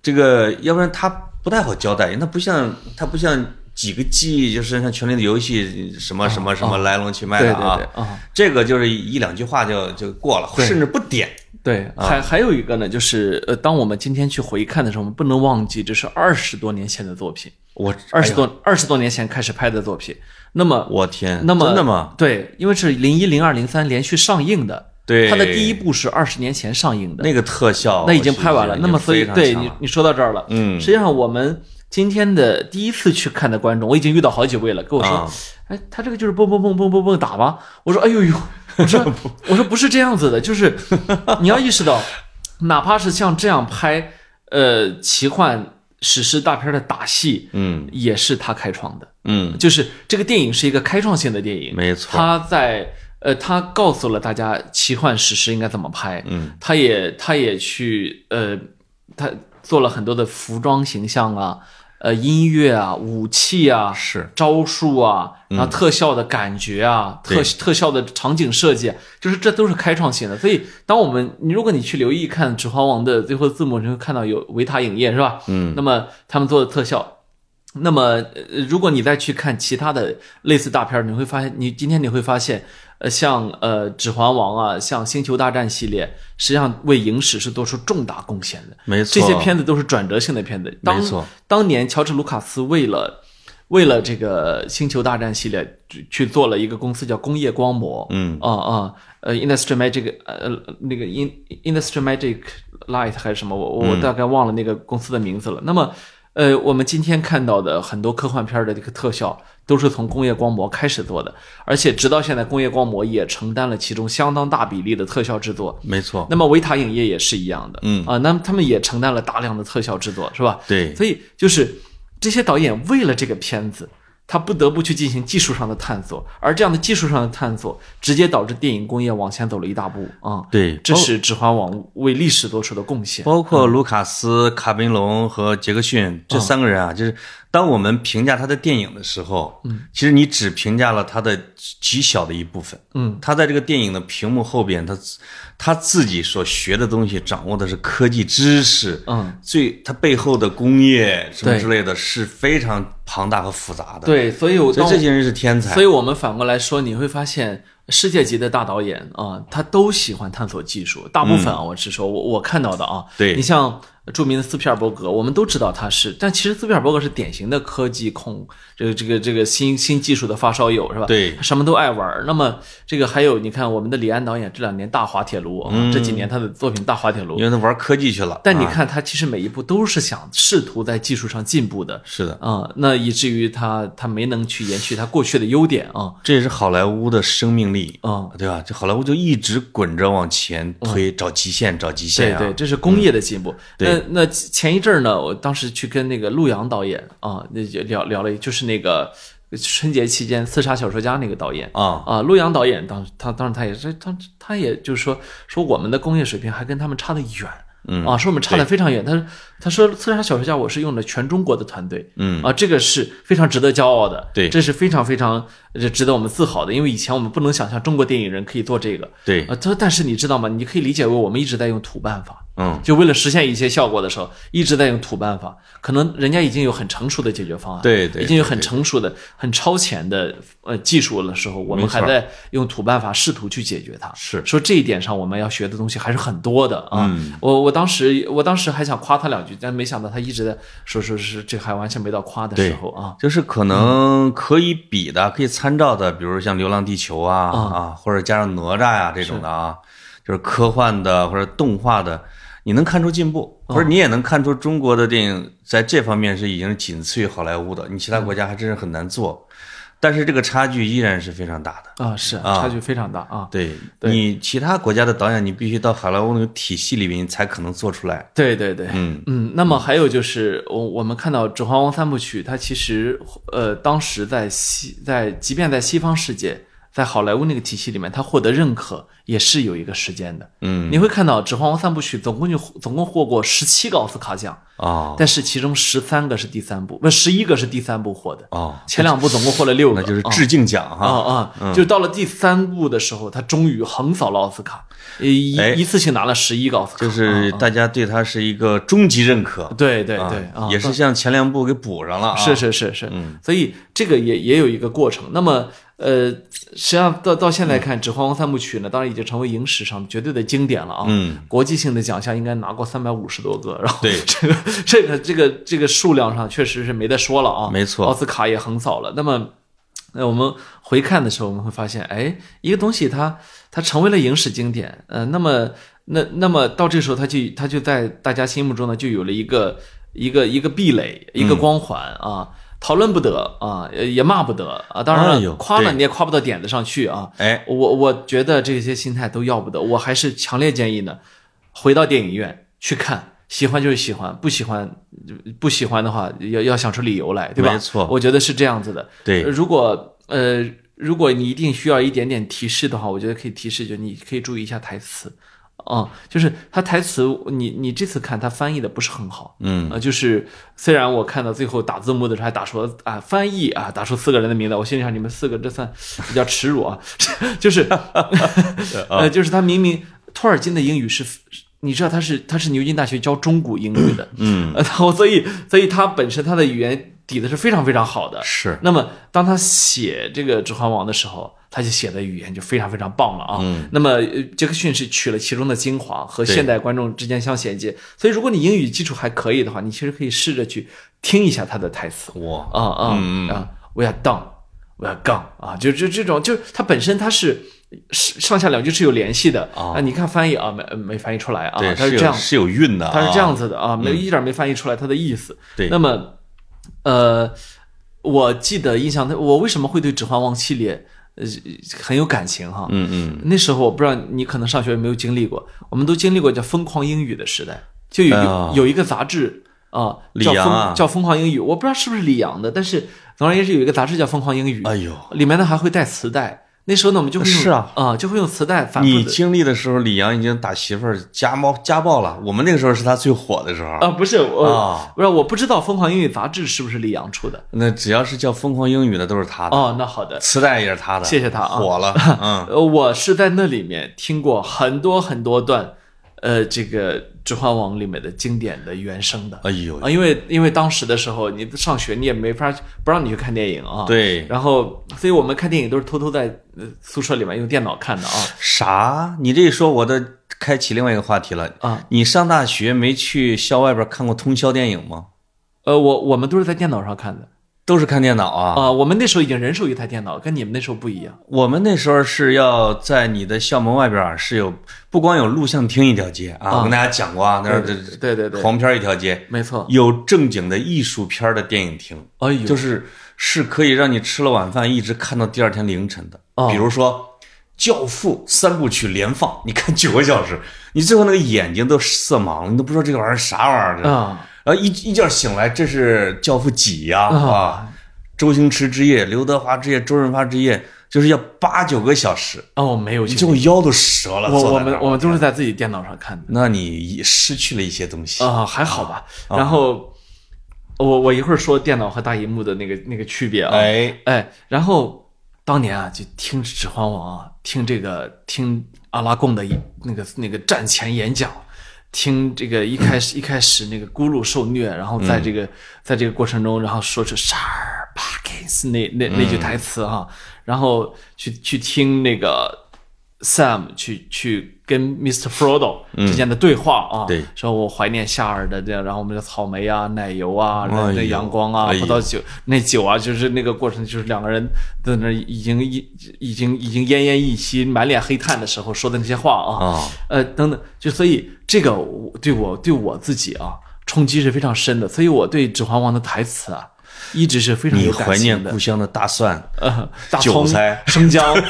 这个要不然他不太好交代，因为他不像他不像几个 G，就是像《权力的游戏》什么什么什么来龙去脉对的对啊。哦对啊，这个就是一两句话就就过了，对甚至不点。对，啊还还有一个呢，就是呃，当我们今天去回看的时候，我们不能忘记这是二十多年前的作品，我二十，哎呀多二十多年前开始拍的作品。那么，我天，那么真的吗？？对，因为是零一、零二、零三连续上映的，对它的第一部是二十年前上映的，那个特效那已经拍完了。我觉那得么，已经所以非常对强你了你说到这儿了，嗯实际上我们今天的第一次去看的观众，我已经遇到好几位了，跟我说，啊哎，他这个就是蹦蹦蹦蹦蹦蹦打吧，我说，哎 <laughs> 呦呦，我说我说不是这样子的，就是你要意识到，哪怕是像这样拍呃奇幻史诗大片的打戏，嗯也是他开创的。嗯，就是这个电影是一个开创性的电影，没错他在呃，他告诉了大家奇幻史诗应该怎么拍，嗯，他也他也去呃，他做了很多的服装形象啊，呃，音乐啊，武器啊，是招数啊，然后特效的感觉啊，特对特效的场景设计啊，就是这都是开创性的。所以，当我们你如果你去留意看《指环王》的最后字幕，你会看到有维塔影业是吧？嗯，那么他们做的特效。那么，呃如果你再去看其他的类似大片儿，你会发现，你今天你会发现，呃，像呃《指环王》啊，像《星球大战》系列，实际上为影史是做出重大贡献的。没错，这些片子都是转折性的片子。当没错当年乔治·卢卡斯为了为了这个《星球大战》系列去去做了一个公司叫工业光魔，嗯啊啊、呃，Industry Magic 呃那个 In Industry Magic Light 还是什么，我我嗯大概忘了那个公司的名字了。那么。呃，我们今天看到的很多科幻片的这个特效，都是从工业光魔开始做的，而且直到现在，工业光魔也承担了其中相当大比例的特效制作。没错，那么维塔影业也是一样的，嗯啊、那么他们也承担了大量的特效制作，是吧？对所以就是这些导演为了这个片子，他不得不去进行技术上的探索，而这样的技术上的探索，直接导致电影工业往前走了一大步啊、对，这是《指环王》为历史做出的贡献。包括卢卡斯、卡梅隆和杰克嗯逊这三个人啊，就是当我们评价他的电影的时候，嗯，其实你只评价了他的极小的一部分，嗯，他在这个电影的屏幕后边，他自他自己所学的东西，掌握的是科技知识，嗯，最他背后的工业什么对之类的是非常庞大和复杂的，，对，所以我所当以这些人是天才所以，我们反过来说，你会发现世界级的大导演啊、他都喜欢探索技术。大部分啊，我是说我我看到的啊，嗯对你像著名的斯皮尔伯格，我们都知道他是，但其实斯皮尔伯格是典型的科技控，这个这个这个新新技术的发烧友是吧？对什么都爱玩儿。那么这个还有，你看我们的李安导演这两年《大滑铁卢》啊，嗯这几年他的作品《大滑铁卢》因，为他玩科技去了，但你啊看他其实每一步都是想试图在技术上进步的。是的，啊、那以至于他他没能去延续他过去的优点啊、这也是好莱坞的生命力嗯对吧？这好莱坞就一直滚着往前推，找极限，找极限对啊！对，这是工业的进步。嗯对那那前一阵儿呢，我当时去跟那个陆阳导演啊，那就聊聊了，就是那个春节期间《刺杀小说家》那个导演啊，啊，陆阳导演当时他当时他也是他他也就是说说我们的工业水平还跟他们差得远。嗯啊，说我们差得非常远。他说他说《刺杀小说家》，我是用了全中国的团队，嗯啊，这个是非常值得骄傲的，对这是非常非常呃值得我们自豪的，因为以前我们不能想象中国电影人可以做这个，对呃啊，他但是你知道吗？你可以理解为我们一直在用土办法，嗯，就为了实现一些效果的时候，一直在用土办法。可能人家已经有很成熟的解决方案，对对已经有很成熟的、很超前的呃技术的时候，我们没错还在用土办法试图去解决它。是嗯说这一点上，我们要学的东西还是很多的啊。我我当时我当时还想夸他两句，但没想到他一直在说说是这还完全没到夸的时候啊。就是可能可以比的、可以参照的，比如像《流浪地球》啊、啊，或者加上哪吒呀、这种的啊，就是科幻的或者动画的，你能看出进步，或者你也能看出中国的电影在这方面是已经仅次于好莱坞的，你其他国家还真是很难做，但是这个差距依然是非常大的。啊，是啊差距非常大啊！对对你其他国家的导演，你必须到好莱坞那个体系里面，你才可能做出来。对对对，嗯嗯，那么还有就是，我我们看到《指环王》三部曲，它其实呃，当时在西在，即便在西方世界，在好莱坞那个体系里面，它获得认可也是有一个时间的。嗯，你会看到《指环王》三部曲总共就总共获过十七个奥斯卡奖，哦但是其中十三个是第三部，不，十一个是第三部获的，哦，前两部总共获了六个，那就是嗯致敬奖啊哈。啊啊！就到了第三部的时候，他终于横扫了奥斯卡，呃一哎一次性拿了十一个奥斯卡，就是大家对他是一个终极认可，哦对对啊对啊，也是像前两部给补上了啊。是是是是，所以这个也也有一个过程。那么，呃，实际上到到现嗯在看，《指环王》三部曲呢，当然已经成为影史上绝对的经典了啊。嗯，国际性的奖项应该拿过三百五十多个，然后对这个这个这个这个数量上确实是没得说了啊。没错奥斯卡也横扫了。那么，那我们回看的时候，我们会发现，哎，一个东西它它成为了影史经典，呃，那么那那么到这时候，它就它就在大家心目中呢，就有了一个一个一个壁垒，一个光环嗯啊，讨论不得啊，也也骂不得啊，当然哎呦了，夸了对你也夸不到点子上去啊。哎，我我觉得这些心态都要不得，我还是强烈建议呢，回到电影院去看，喜欢就是喜欢，不喜欢不喜欢的话，要要想出理由来，对吧？没错我觉得是这样子的。对如果呃，如果你一定需要一点点提示的话，我觉得可以提示，就你可以注意一下台词。啊、就是他台词，你你这次看他翻译的不是很好，嗯，呃，就是虽然我看到最后打字幕的时候还打出啊翻译啊打出四个人的名字，我心里想你们四个这算比较耻辱啊， <laughs> <laughs> 就是啊呃就是他明明托尔金的英语是，你知道他是他是牛津大学教中古英语的，嗯， <laughs> 然后所以所以他本身他的语言底子是非常非常好的，是那么当他写这个《指环王》的时候，他就写的语言就非常非常棒了啊。嗯那么呃杰克逊是取了其中的精华，和对现代观众之间相衔接。所以如果你英语基础还可以的话，你其实可以试着去听一下他的台词。哇，啊啊嗯嗯啊，We are done，We are gone 啊，就就这种，就是它本身它是是上下两句是有联系的啊啊。你看翻译啊，没没翻译出来啊，对，它是有这样是有韵的啊，他是这样子的啊，没一点没翻译出来他的意思。对那么，呃，我记得印象，我为什么会对《指环王》系列呃很有感情哈？嗯嗯，那时候我不知道你可能上学有没有经历过，我们都经历过叫疯狂英语的时代，就有一哎个、呀有一个杂志啊，李叫阳啊疯叫疯狂英语，我不知道是不是李阳的，但是总而言之有一个杂志叫疯狂英语，哎呦，里面呢还会带磁带。那时候呢，我们就会用是啊就会用磁带反复你地经历的时候，李阳已经打媳妇儿家猫家暴了。我们那个时候是他最火的时候。啊，不是我，啊不是我不知道《疯狂英语》杂志是不是李阳出的。那只要是叫《疯狂英语》的都是他的，哦，那好的，磁带也是他的。谢谢他啊 <laughs> 火了。嗯，呃，我是在那里面听过很多很多段，呃，这个《指环王》里面的经典的原声的哎呦，啊，因为因为当时的时候你上学你也没法不让你去看电影啊，，对，然后所以我们看电影都是偷偷在呃宿舍里面用电脑看的啊，啥？你这一说，我的开启另外一个话题了啊！你上大学没去校外边看过通宵电影吗？呃，我我们都是在电脑上看的都是看电脑啊。啊、我们那时候已经人手一台电脑，跟你们那时候不一样。我们那时候是要在你的校门外边儿是有不光有录像厅一条街啊，啊我跟大家讲过啊，那对是对对对，黄片儿一条街，没错，有正经的艺术片儿的电影厅。哎呦，就是是可以让你吃了晚饭一直看到第二天凌晨的。哦比如说《教父》三部曲连放，你看九个小时，你最后那个眼睛都色盲了，你都不知道这个玩意儿啥玩意儿。啊，然后一一觉醒来，这是《教父》几呀？啊啊，周星驰之夜、刘德华之夜、周润发之夜，就是要八九个小时，哦，没有你经最历，后腰都折了。我坐我在那们儿我们都是在自己电脑上看的。那你失去了一些东西。啊、还好吧。然后我我一会儿说电脑和大荧幕的那个那个区别啊。哎哎，然后当年啊，就听《指环王》啊，听这个听阿拉贡的一那个那个战前演讲。听这个一开始一开始那个咕噜受虐，然后在这嗯个、在这个过程中，然后说出 “Sharp Pockets” 那嗯那那句台词啊，然后去去听那个 Sam 去去跟 Mr. Frodo 之间的对话啊，嗯对说我怀念夏尔的这样，然后我们的草莓啊、奶油啊、哎呦那阳光啊、哎呦葡萄酒那酒啊，就是那个过程，就是两个人在那已经已已经已经奄奄一息、满脸黑炭的时候说的那些话啊，啊，呃等等，就所以这个我对我对我自己啊冲击是非常深的，所以我对《指环王》的台词啊一直是非常你有感怀念情的故。乡的大蒜、呃， <laughs> 大韭葱、菜生姜， <laughs> <laughs>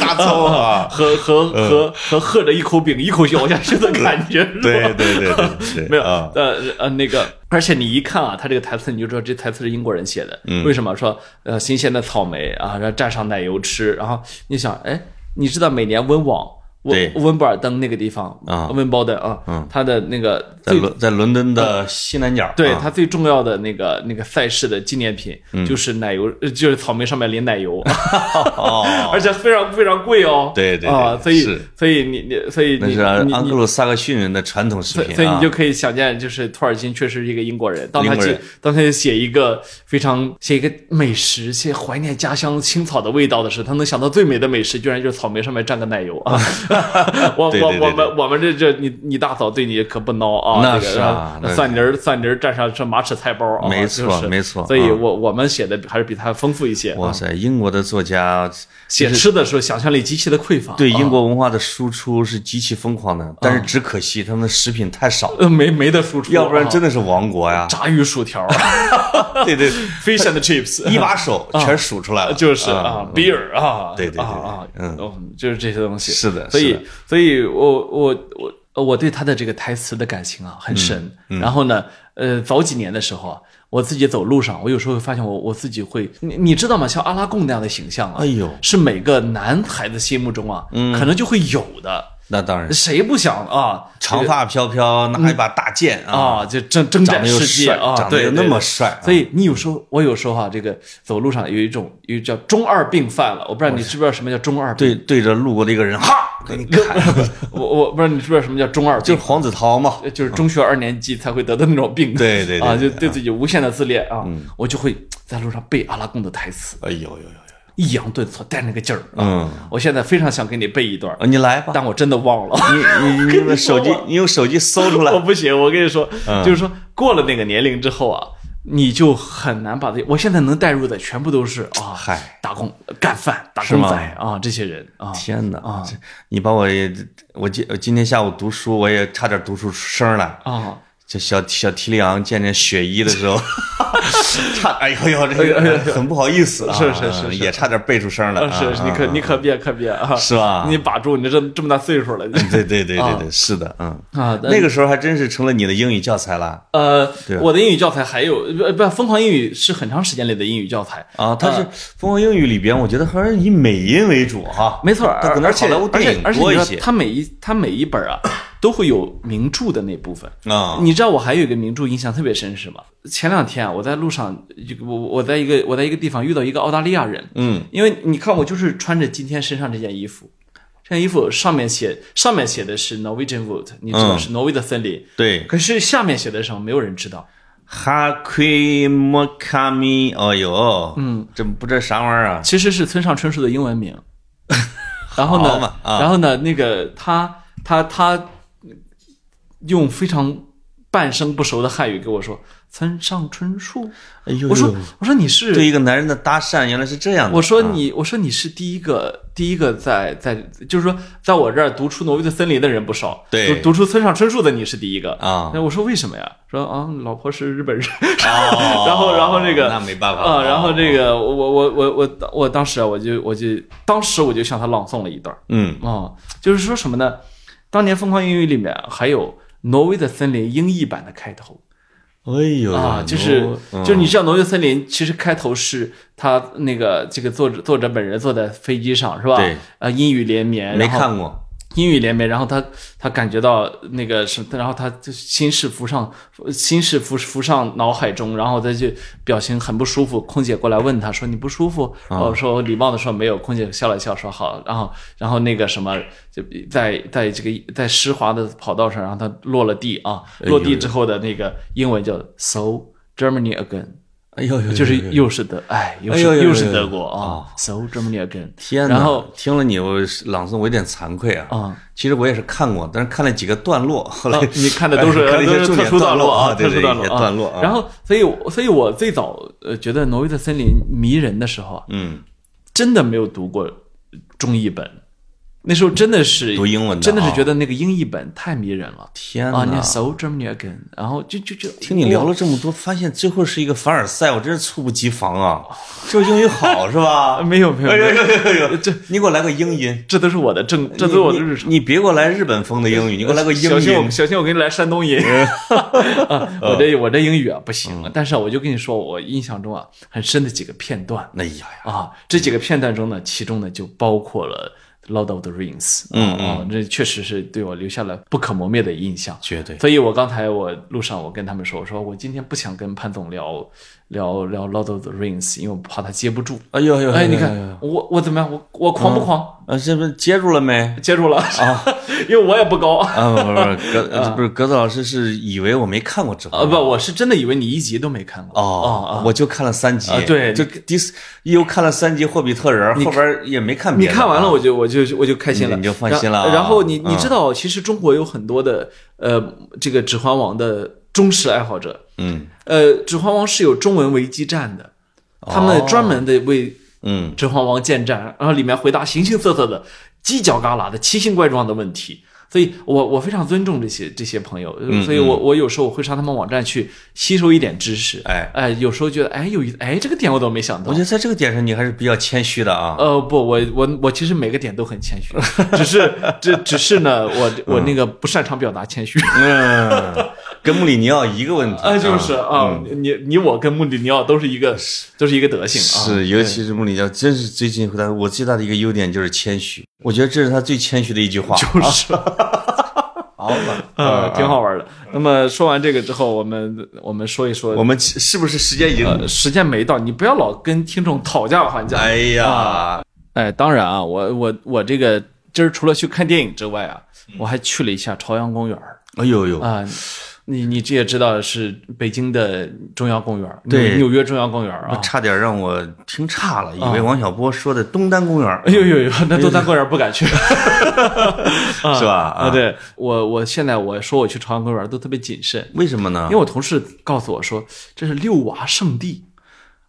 大葱 <laughs> 啊？和和和和喝着一口饼一口咬下去的感觉， <laughs> 是吧对对 <laughs> 对对对，没有啊，呃呃那个，而且你一看啊，他这个台词你就知道这台词是英国人写的，嗯为什么说呃新鲜的草莓啊，然后蘸上奶油吃，然后你想，哎，你知道每年温网。对温温布尔登那个地方啊温包的啊，嗯它的那个在最呃伦在伦敦的西南角，对啊嗯它最重要的那个那个赛事的纪念品就是奶油，呃就是草莓上面淋奶油，哦， <laughs> 而且非常非常贵哦。对对对啊，所以是所以你你所以那你是安你安格鲁萨克逊人的传统食所品以啊，所以你就可以想见，就是托尔金确实是一个英国人。当他英国人写，当他写一个非常写一个美食，写怀念家乡青草的味道的时候，他能想到最美的美食，居然就是草莓上面蘸个奶 <laughs> 油 <laughs> 啊！我对我对对我对们我们这这你你大嫂对你可不孬啊！那这个是啊那是蒜泥儿蒜泥儿蘸上这马齿菜包啊，没错就是没错所以啊我我们写的还是比他丰富一些。哇啊。塞，英国的作家写吃的时候想象力极其的匮乏。对啊英国文化的输出是极其疯狂的，但是只可惜他们的食品太少，呃没没得输出，要不然真的。的是亡国 <laughs> 呀炸鱼薯 <laughs> 条啊 <laughs> 对对， ，fish and chips，一把手全数出来了， <laughs> 就是啊嗯，beer 啊，对对对啊啊，嗯嗯，就是这些东西。是的所是以的，所以我我我呃我对他的这个台词的感情啊很深。嗯然后呢，呃，早几年的时候啊，我自己走路上，我有时候会发现我我自己会，你你知道吗？像阿拉贡那样的形象啊，哎呦嗯是每个男孩子心目中啊，可能就会有的。那当然，谁不想啊？长发飘飘，拿一把大剑啊，啊，就征征长战得又世界帅，啊，长得对又对那么对帅啊，所以你有时候，我有时候啊，这个走路上有一种有一叫中二病犯了，我不知道你知不知道什么叫中二病。对对着路过的一个人，哈，嗯给你砍， <laughs> 我我不知道你知不知道什么叫中二就病是，黄子韬嘛，就就是中学二年级才会得的那种病。对对对啊，对嗯就对自己无限的自恋啊，我就会在路上背阿拉贡的台词，哎呦呦呦呦，抑扬顿挫，带那个劲儿。啊。嗯，我现在非常想呃给你背一段啊，你来吧，但我真的忘了。你你你把手机我，你用手机搜出 <laughs> 来我，不行，我跟你说，嗯就是说过了那个年龄之后啊，你就很难把自己。我现在能带入的全部都是啊，嗨，打工干饭、打是工吗仔啊，这些人啊，天哪啊这你把我也，我今我今天下午读书，我也差点读出声来。啊，就小小提里昂见见雪姨的时 <laughs> 候，差哎呦呦，这个很不好意思啊，是是是是也差点背出声来啊啊。是是，你可啊你可别可别啊，是吧你把住，你这这么大岁数了，你对对对对对，啊是的，嗯，啊，那个时候还真是成了你的英语教材了呃对，啊我的英语教材还有呃不，疯狂英语是很长时间里的英语教材。啊。它是《疯狂英语》里边，我觉得还是以美音为主哈。没错，它而可能而好且莱坞而电且影而且多你一知道些，它每一它每一本啊，都会有名著的那部分。啊，你知道我还有一个名著印象特别深是什么？前两天啊，我在路上，一个我我在一个我在一个地方遇到一个澳大利亚人，嗯，因为你看我就是穿着今天身上这件衣服，这件衣服上面写上面写的是 Norwegian Wood，你知道嗯是挪威的森林，对，可是下面写的什么没有人知道。哈奎莫卡米，哎呦，嗯，这不知道啥玩意儿啊？其实是村上春树的英文 <laughs> 名。然后好呢，嘛啊然后呢，那个他他他用非常半生不熟的汉语给我说村上春树，哎呦我说呦我说你是对一个男人的搭讪原来是这样的。啊我说你，我说你是第一个，第一个在在，就是说，在我这儿读出《挪威的森林》的人不少，对读读出村上春树的你是第一个啊那我说为什么呀？说啊，老婆是日本人，<laughs> 哦然后然后这个那没办法哦啊，然后这个我我我我我当时啊，我就我就当时我就向他朗诵了一段儿嗯啊、就是说什么呢？当年《疯狂英语》里面还有《挪威的森林》英译版的开头，哎呦啊，就是就是嗯你知道《挪威森林》其实开头是他那个这个作者作者本人坐在飞机上是吧？对，呃，阴雨连绵，没然后看过阴雨连绵，然后他他感觉到那个什，然后他就心事浮上，心事浮浮上脑海中，然后他就表情很不舒服。空姐过来问他说：“你不舒服？”啊我说礼貌的说没有。空姐笑了笑说：“好。”然后然后那个什么，就在在这个在湿滑的跑道上，然后他落了地啊，哎呦落地之后的那个英文叫 “So Germany again”，哎呦呦，就是呦呦呦又是德，哎，又是哎呦呦又是呦德呦国啊，“So Germany <laughs> again”。天哪！然后听了你我朗诵，我有点惭愧啊。啊其实我也是看过，但是看了几个段落，后来啊你看的都是 <laughs> 看了一都些是重特点殊段落啊，对特殊对，段一些落段落啊。然后，所以我，所以我最早呃觉得《挪威的森林》迷人的时候啊，嗯，真的没有读过中译本，那时候真的是读英文的真的是啊觉得那个英译本太迷人了。天啊，哪你！So Germany again，然后就就就听你聊了这么多，发现最后是一个凡尔赛，我真是猝不及防啊！就是英语好是吧啊，？没有没有， <laughs> 哎没呦有呦呦呦！这你给我来个英音，这都是我的正，这都是我的日常。你你别给我来日本风的英语，哎你给我来个英小心我音。小心我给你来山东音。 <laughs> 啊我这我这英语啊不行，嗯但是啊我就跟你说，我印象中啊很深的几个片段。哎呀呀，啊，这几个片段中呢，其中呢就包括了 Lord of the Rings，嗯嗯啊，这确实是对我留下了不可磨灭的印象。绝对所以我刚才我路上我跟他们说，我说我今天不想跟潘总聊聊聊 Lord of the Rings，因为我怕他接不住。哎呦哎呦，哎，你哎呦，看我我怎么样？我我狂不狂？呃，这不是接住了没？接住了啊， <laughs> 因为我也不高啊，啊，啊不是不 <laughs> 是，格呃不是格子老师是以为我没看过直播不，我是真的以为你一集都没看过哦，我就看了三集啊，对就第四又看了三集《霍比特人》，后边也没看你别的啊。看完了，我就我就我就开心了，你你就放心了啊然然后你嗯你知道，其实中国有很多的呃，这个《指环王》的忠实爱好者，嗯呃，《指环王》是有中文维基站的，他哦们专门的为嗯《指环王》建站，然后里面回答形形色色的、犄角旮旯的、奇形怪状的问题。所以我我非常尊重这些这些朋友，嗯呃所以我我有时候我会上他们网站去吸收一点知识，哎哎，有时候觉得哎有一哎这个点我都没想到我觉，得在这个点上你还是比较谦虚的啊。呃，不，我我我其实每个点都很谦虚，只是这只是呢，我我那个不擅长表达谦虚。嗯，跟穆里尼奥一个问题， <laughs> 啊，就是嗯啊，你你我跟穆里尼奥都是一个都是一个德行啊。是，尤其是穆里尼奥，真是最近回答我最大的一个优点就是谦虚，我觉得这是他最谦虚的一句 <laughs> 话。啊就是啊好吧，呃，挺好玩的。那么说完这个之后，我们我们说一说嗯我，们是不是时间已经？呃，时间没到，你不要老跟听众讨价还价。哎呀，哎，当然啊，我我我这个今儿除了去看电影之外啊，我还去了一下朝阳公园儿。哎呦呦，啊，你你这也知道是北京的中央公园，对纽纽约中央公园啊。差点让我听岔了，以为王小波说的东单公园哎 <laughs> 呦呦呦，那东单公园不敢去 <laughs> 是吧？啊！啊，对我，我现在我说我去朝阳公园都特别谨慎，为什么呢因为？我同事告诉我说这是遛娃圣地。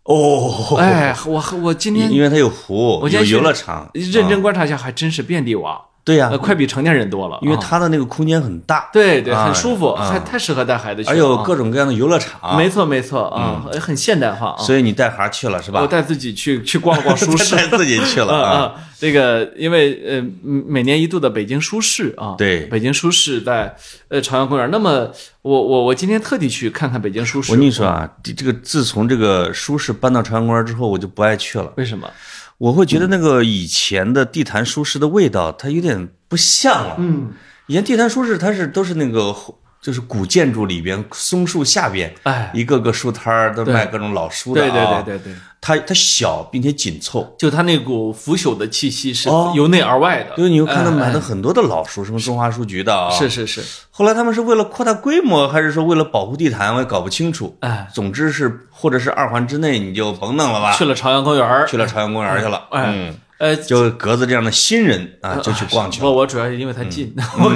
哦，哎，我我今天因为它有湖，今有天去游乐场，认啊真观察一下，还真是遍地娃，对呀呃，，快比成年人多了。因为啊它的那个空间很大，对对，啊很舒服，啊还太适合带孩子去了。还有啊各种各样的游乐场，没错没错啊，很现代化啊。所以你带孩儿去了是吧我？带自己去去逛 <laughs> 逛舒适，带自己去 <laughs> 了啊啊，啊，这个因为呃嗯每年一度的北京书市啊，对北京书市在呃朝阳公园。那么我我我今天特地去看看北京书市，我跟你说啊，这这个自从这个舒适搬到朝阳公园之后，我就不爱去了。为什么？我会觉嗯得那个以前的地坛舒适的味道，它有点不像了。嗯，以前地坛舒适它是都是那个就是古建筑里边松树下边，哎，一个个书摊儿都卖各种老书的对对啊。对对对，它它小并且紧凑，就它那股腐朽的气息是哦由内而外的，因为你又看到买哎的很多的老书，什么中华书局的啊。哎是。是是，后来他们是为了扩大规模，还是说为了保护地坛，我也搞不清楚。哎，总之是，或者是二环之内你就甭弄了吧，去了朝阳公园，啊去了朝阳公园去了。哎嗯，呃。就格子这样的新人啊，就去逛去了。嗯不，我主要是因为它近， <laughs> 我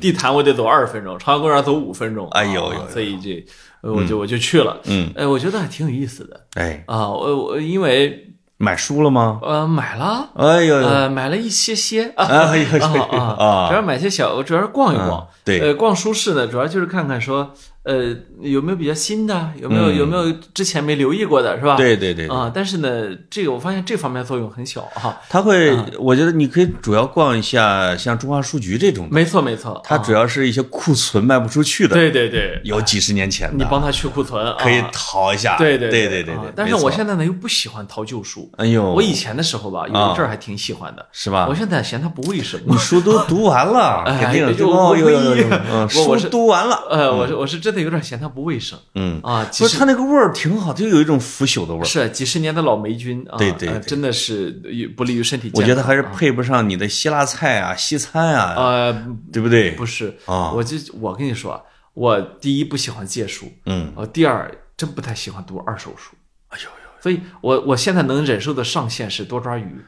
地坛我得走二十分钟，朝阳公园走五分钟，哎呦啊呦呦所以这呃我就我就去了，嗯，哎，我觉得还挺有意思的哎，啊，我我因为买书了吗？呃，买了，哎呦，呃，买了一些些 <laughs> 啊哎呦啊啊！主啊要买些小，我主要是逛一逛嗯。对呃，逛书市呢，主要就是看看说，呃，有没有比较新的，有没有嗯有没有之前没留意过的，是吧？对对对，对啊，但是呢，这个我发现这方面作用很小啊。他会，我觉得你可以主要逛一下像中华书局这种的，没错没错，嗯它啊主要是一些库存卖不出去的，对对对，有几十年前你的，帮他去库存啊，可以淘一下。对对对对对啊对。但是我没错现在呢又不喜欢淘旧书，哎呦，我以前的时候吧，有一啊阵儿还挺喜欢的，是吧我？现在嫌它不卫生。你书都读完了， <laughs> 哎肯定哎有呦哦我有有有唯一有，嗯，我我书是读完了，呃，我是我是真的有点嫌它不卫生嗯，啊，不其实是它那个味儿挺好，它有一种腐朽的味儿。是几十年的老霉菌啊，对对呃对真的是不利于身体健康。我觉得还是啊配不上你的希腊菜啊、西餐啊，呃对不对？不是，啊我就我跟你说啊，我第一不喜欢借书，嗯，呃，第二真不太喜欢读二手书，哎呦呦，所以我我现在能忍受的上限是多抓鱼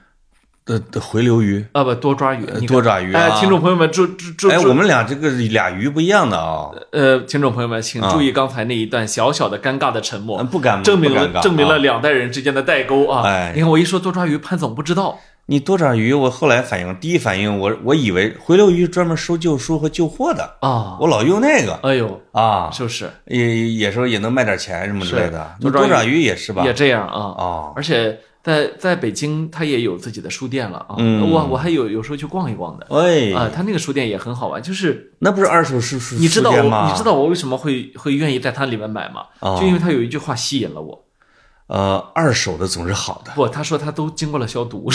的的呃回流鱼，啊，不多抓鱼，你看多抓鱼啊哎，听众朋友们注注注哎，注我们俩这个俩鱼不一样的啊，呃，听众朋友们，请注意刚才那一段小小的尴尬的沉默嗯，不敢证明不尴尬了啊证明了两代人之间的代沟啊！哎你看我一说多抓鱼，潘总不知道，你多抓鱼，我后来反应，第一反应我我以为回流鱼专门收旧书和旧货的，啊，我老用那个哎呦，啊，是不是也也时候也能卖点钱什么之类的。是你多抓鱼也是吧也？这样啊？啊，而且在在北京，他也有自己的书店了啊！嗯我我还有有时候去逛一逛的啊，哎，他那个书店也很好玩，就是那不是二手书书你知道书店我吗？你知道我为什么会会愿意在它里面买吗？哦就因为他有一句话吸引了我，呃，二手的总是好的。 <laughs> <laughs> 不，他说他都经过了消毒，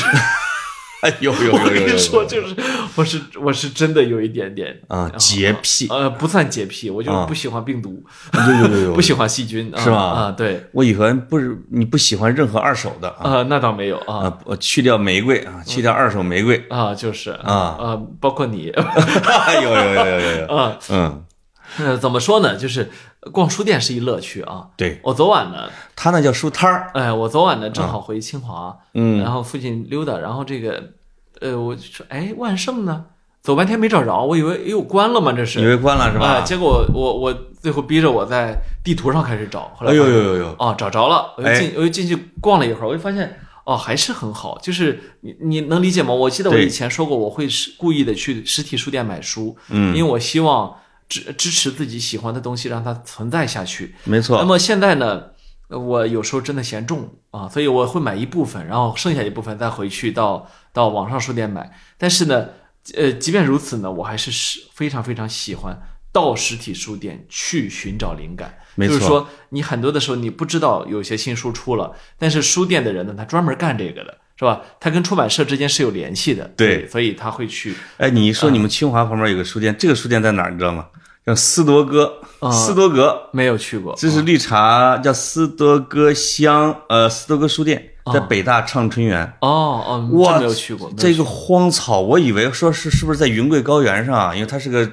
哎呦呦呦我呦呦跟呦你呦说，就是我是我是真的有一点点啊洁癖，呃，不算洁癖，我就是啊不喜欢病毒，呦呦 <laughs> 呦不喜欢细菌，啊是吧啊，对，我以为不是你不喜欢任何二手的啊啊，那倒没有啊，啊，我去掉玫瑰啊，去掉二手玫瑰 <laughs> 啊，就是啊啊包括你 <laughs> 有有有有有有，啊，嗯，呃，怎么说呢？就是逛书店是一乐趣啊。对我昨晚呢，他那叫书摊儿，哎，我昨晚呢正好回清华，嗯然后附近溜达，然后这个，呃，我就说，哎，万盛呢？走半天没找着，我以为哎呦关了吗？这是以为关了是啊，吧？结果我我最后逼着我在地图上开始找，后来哎呦发现呦哎呦呦，哦找着了，我就进、我就进去逛了一会儿，我就发现哦还是很好，就是你你能理解吗？我记得我对以前说过，我会是故意的去实体书店买书，嗯因为我希望支支持自己喜欢的东西，让它存在下去。没那错，么现在呢，呃我有时候真的嫌重啊，所以我会买一部分，然后剩下一部分再回去到到网上书店买。但是呢，呃，即便如此呢，我还是是非常非常喜欢到实体书店去寻找灵感。没就是错说你很多的时候你不知道有些新书出了，但是书店的人呢，他专门干这个的。是吧？他跟出版社之间是有联系的，对所以他会去哎，你一啊说你们清华旁边有个书店，这个书店在哪儿你知道吗？叫斯多哥，啊斯多格，没有去过，这是绿茶，叫斯多哥乡，呃，斯多哥书店啊在北大畅春园。哦哦，哇真没有去过，没有这个荒草，我以为说是是不是在云贵高原上啊？因为它是个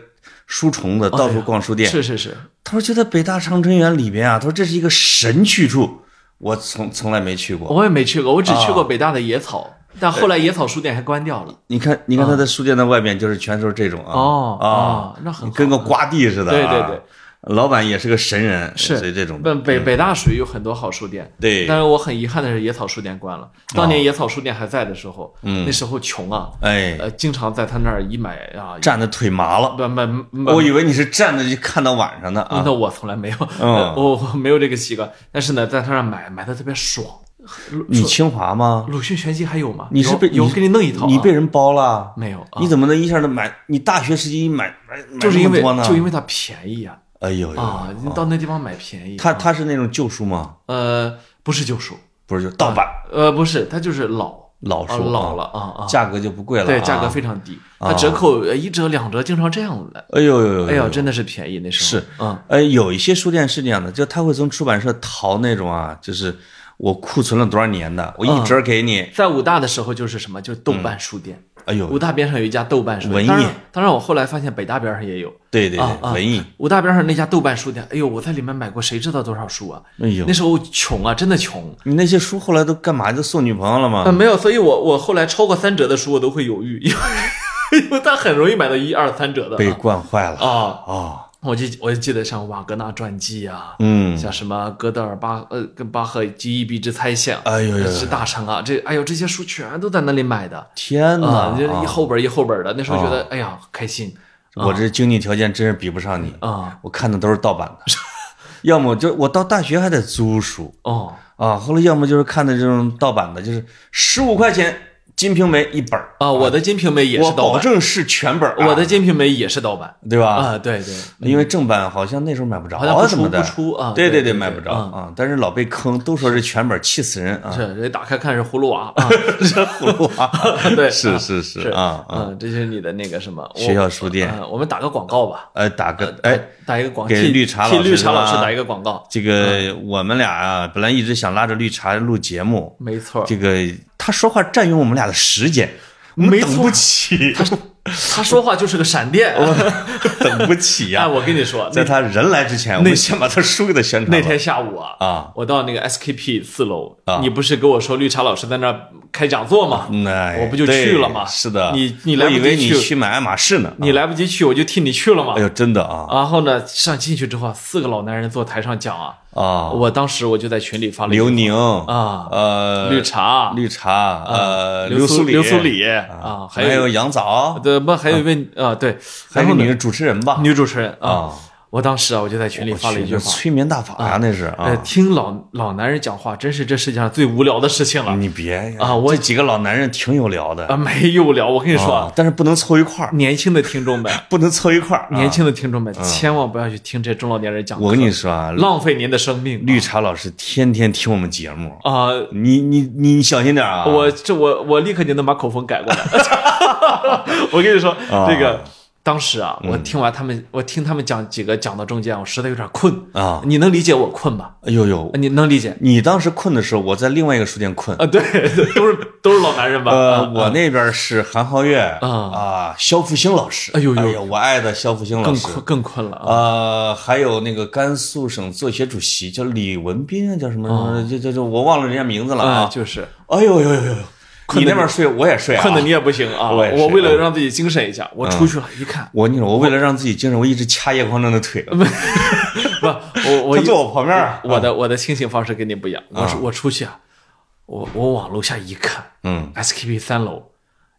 书虫子，到处逛书店。哎是是是，他说就在北大长春园里边啊，他说这是一个神去处，我从从来没去过。我也没去过，我只去啊过北大的野草，但后来野草书店还关掉了。你看，你看他的书店的外面就是全都是这种啊，哦啊，哦那很好跟个瓜地似的、啊。对对对，老板也是个神人，是所以这种嗯不北北大属于有很多好书店，对哦但是我很遗憾的是，野草书店关了。当年野草书店还在的时候，嗯那时候穷啊，哎，呃，经常在他那儿一买啊，站的腿麻了。不买买我以为你是站着就看到晚上的啊，那我从来没有，<laughs> 嗯我我没有这个习惯。但是呢，在他那儿买买的特别爽。你清华吗？鲁迅全集还有吗？你是被嗯有有你给你弄一套啊？你被人包了？没有啊？你怎么能一下就买？你大学时期买买买就是因为那么多呢就因为它便宜啊哎呦呦，啊！你到那地方买便宜，他他是那种旧书吗？呃不是旧书，不是，就盗版呃，不是，它就是老老啊书，老了了，啊啊，价格就不贵了，对，价格啊非常低，它折扣呃一折两折，经常这样的。哎呦呦呦！哎呀，，真的是便宜那时候是啊，哎，有一些书店是这样的，就他会从出版社淘那种啊，就是我库存了多少年啊的，我一折给你。在武大的时候就是什么，就是豆瓣书店，哎呦武，大边上有一家豆瓣书店，文艺当然当然我后来发现北大边上也有。对对啊对，啊文艺，武大边上那家豆瓣书店，哎呦，我在里面买过，谁知道多少书啊？哎呦那，时候穷啊，真的穷。你那些书后来都干嘛？就送女朋友了呃，吗？没有，所以我我后来超过三折的书，我都会犹豫，因为 <laughs> 因为它很容易买到一二三折的被惯坏了啊。啊！我就我就记得像瓦格纳传记啊，嗯，像什么哥德尔巴呃跟巴赫及一臂之猜想，哎呦呦呦之大成啊，这哎呦这些书全都在那里买的天哪！啊，就啊一厚本一厚本的，那时候觉得哎呀开心我这经济条件真是比不上你，啊我看的都是盗版的， <laughs> 要么就我到大学还得租书。哦啊，后来要么就是看的这种盗版的，就是十五块钱《金瓶梅》一本儿，啊，我的《金瓶梅》也我是盗保版，证是全本儿啊、我的《金瓶梅》也是盗版对吧？啊，对对，因为正版好像那时候买不着好像不啊，怎么出的？不出啊，对对对，买不对着啊啊，但是老被坑，都说是全本儿，气死人 <laughs> 啊！是人家打开看是葫芦娃啊，葫芦娃， <laughs> 对 <laughs> 是啊是是是啊啊！嗯，这就是你的那个什么我学校书店，啊，我们打个广告吧，呃，打个哎，，打一个广给替绿茶替老师啊绿茶是吧老师打一个广告，这个嗯我们俩啊，本来一直想拉着绿茶录节目，没错，这个他说话占用我们俩的时间，我们没等错不 <laughs> 起，他说话就是个闪电。等不起呀 <laughs> 哎，！我跟你说，在那他人来之前，我们先把他书给他宣传了那天下午啊，啊，我到那个 SKP 四楼啊，你不是跟我说绿茶老师在那儿开讲座吗？那我不就去了吗是的，你你来我不及以为你去去买爱马仕呢。啊你来不及去，我就替你去了嘛哎。呦，真的啊然后呢，上进去之后啊，四个老男人坐台上讲啊，啊！我当时我就在群里发了一刘个宁啊，呃，绿茶，啊绿茶，呃，刘苏苏里，刘苏里啊，还有杨枣，对不还有一位啊，对，还然有后你呢，是主持人吧？女主持人啊，啊，我当时啊，我就在群里发了一句我去话，催眠大法呀，那是呃，啊，听老老男人讲话，真是这世界上最无聊的事情了你别呀啊我这几个老男人挺有聊的啊！没有聊，我跟你说，啊，但是不能凑一块儿，年轻的听众们，不能凑一块儿。啊年，轻的听众们，千万不要去听这中老年人讲课，我跟你说啊，浪费您的生命。绿茶老师天天听我们节目，啊、你你你小心点啊！我这我我立刻就能把口风改过来。 <laughs> 我跟你说，啊嗯这个当时啊，我听完他们，我听他们讲几个讲到中间，我实在有点困啊你能理解我困吧？哎呦呦，你能理解？你当时困的时候，我在另外一个书店困。啊，对，对都是都是老男人吧？呃啊，我那边是韩浩月啊萧复兴老师，哎呦呦呀，我爱的萧复兴老更师，困更困了啊！呃，还有那个甘肃省作协主席叫李文斌啊，叫什么什么，就就就我忘了人家名字了啊，啊。就是哎呦呦呦呦，你那边睡我也睡啊，困的你也不行啊！我也是嗯我为了让自己精神一下，我出去了，一看，我跟你说，我为了让自己精神，我一直掐叶匡正的腿，不，我我他嗯一坐我旁边儿，我的我的清醒方式跟你不一样，我是我出去啊，我我往楼下一看，嗯， SKP 三楼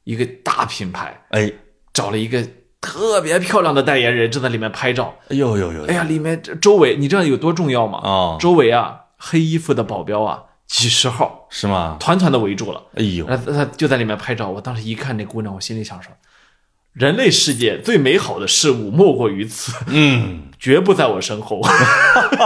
一个大品牌，哎，找了一个特别漂亮的代言人，正在里面拍照。哎呦呦呦，哎呀，里面这周围你知道有多重要吗？哦周围啊，黑衣服的保镖啊，几十号是吗？团团的围住了，哎呦，然后他他就在里面拍照。我当时一看那姑娘，我心里想说，人类世界最美好的事物莫过于此， <laughs> 嗯，绝不在我身后。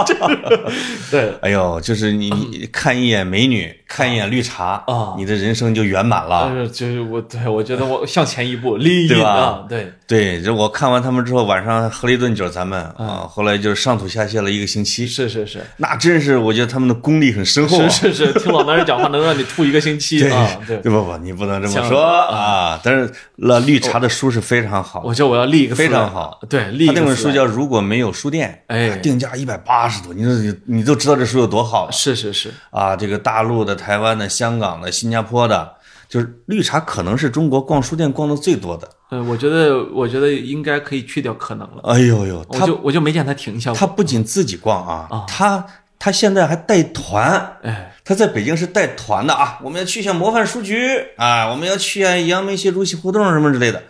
<laughs> 对，哎呦，就是你你看一眼美女，看一眼绿茶啊你的人生就圆满了。但是啊就是我对我觉得我向前一步，立对印吧啊，对，对，这我看完他们之后，晚上喝了一顿酒，咱们啊，后来就上吐下泻了一个星期。是是是。那真是，我觉得他们的功力很深厚啊。是是是，听老男人讲话能让你吐一个星期对啊！对，不不，你不能这么像说啊！但是了，绿茶的书是非常好，我觉得我要立一个非常 flag 好，对，立一他个那本书 flag 叫《如果没有书店》，哎定价一百八十多，你都你都知道这书有多好了是是是，啊！这个大陆的、台湾的、香港的、新加坡的，就是绿茶可能是中国逛书店逛的最多的。呃，我觉得我觉得应该可以去掉可能了，哎呦呦，我他就我就没见他停下过，他不仅自己逛啊，他他现在还带团。哎，他在北京是带团的啊，我们要去一下模范书局啊，我们要去一下杨梅协主席胡同什么之类的。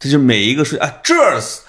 这就每一个书啊，这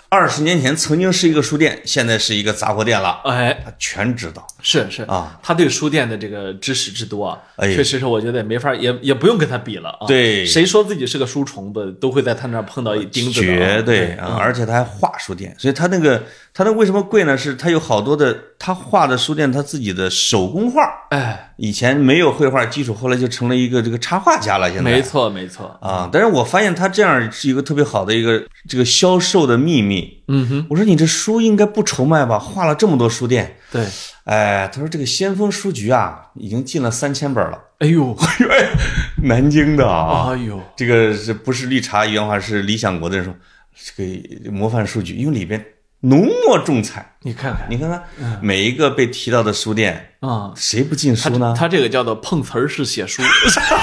二十年前曾经是一个书店，现在是一个杂货店了，哎，他全知道。是是啊，他对书店的这个知识之多啊，哎确实是我觉得也没法也也不用跟他比了啊。对谁说自己是个书虫子，都会在他那儿碰到一钉子的啊。绝对啊！而且他还画书店，所以他那个他那为什么贵呢？是他有好多的他画的书店，他自己的手工画，哎，以前没有绘画基础，后来就成了一个这个插画家了。现在没错没错，啊，但是我发现他这样是一个特别好的一个这个销售的秘密。嗯哼，我说你这书应该不愁卖吧？画了这么多书店，对，哎，他说这个先锋书局啊，已经进了三千本了。哎呦，南京的啊，哎呦，这个是不是绿茶原话是理想国的人说，这个模范书局，因为里边浓墨重彩。你看看你看嗯看每一个被提到的书店，啊，谁不进书呢？他这个叫做碰瓷儿式写书。 <laughs>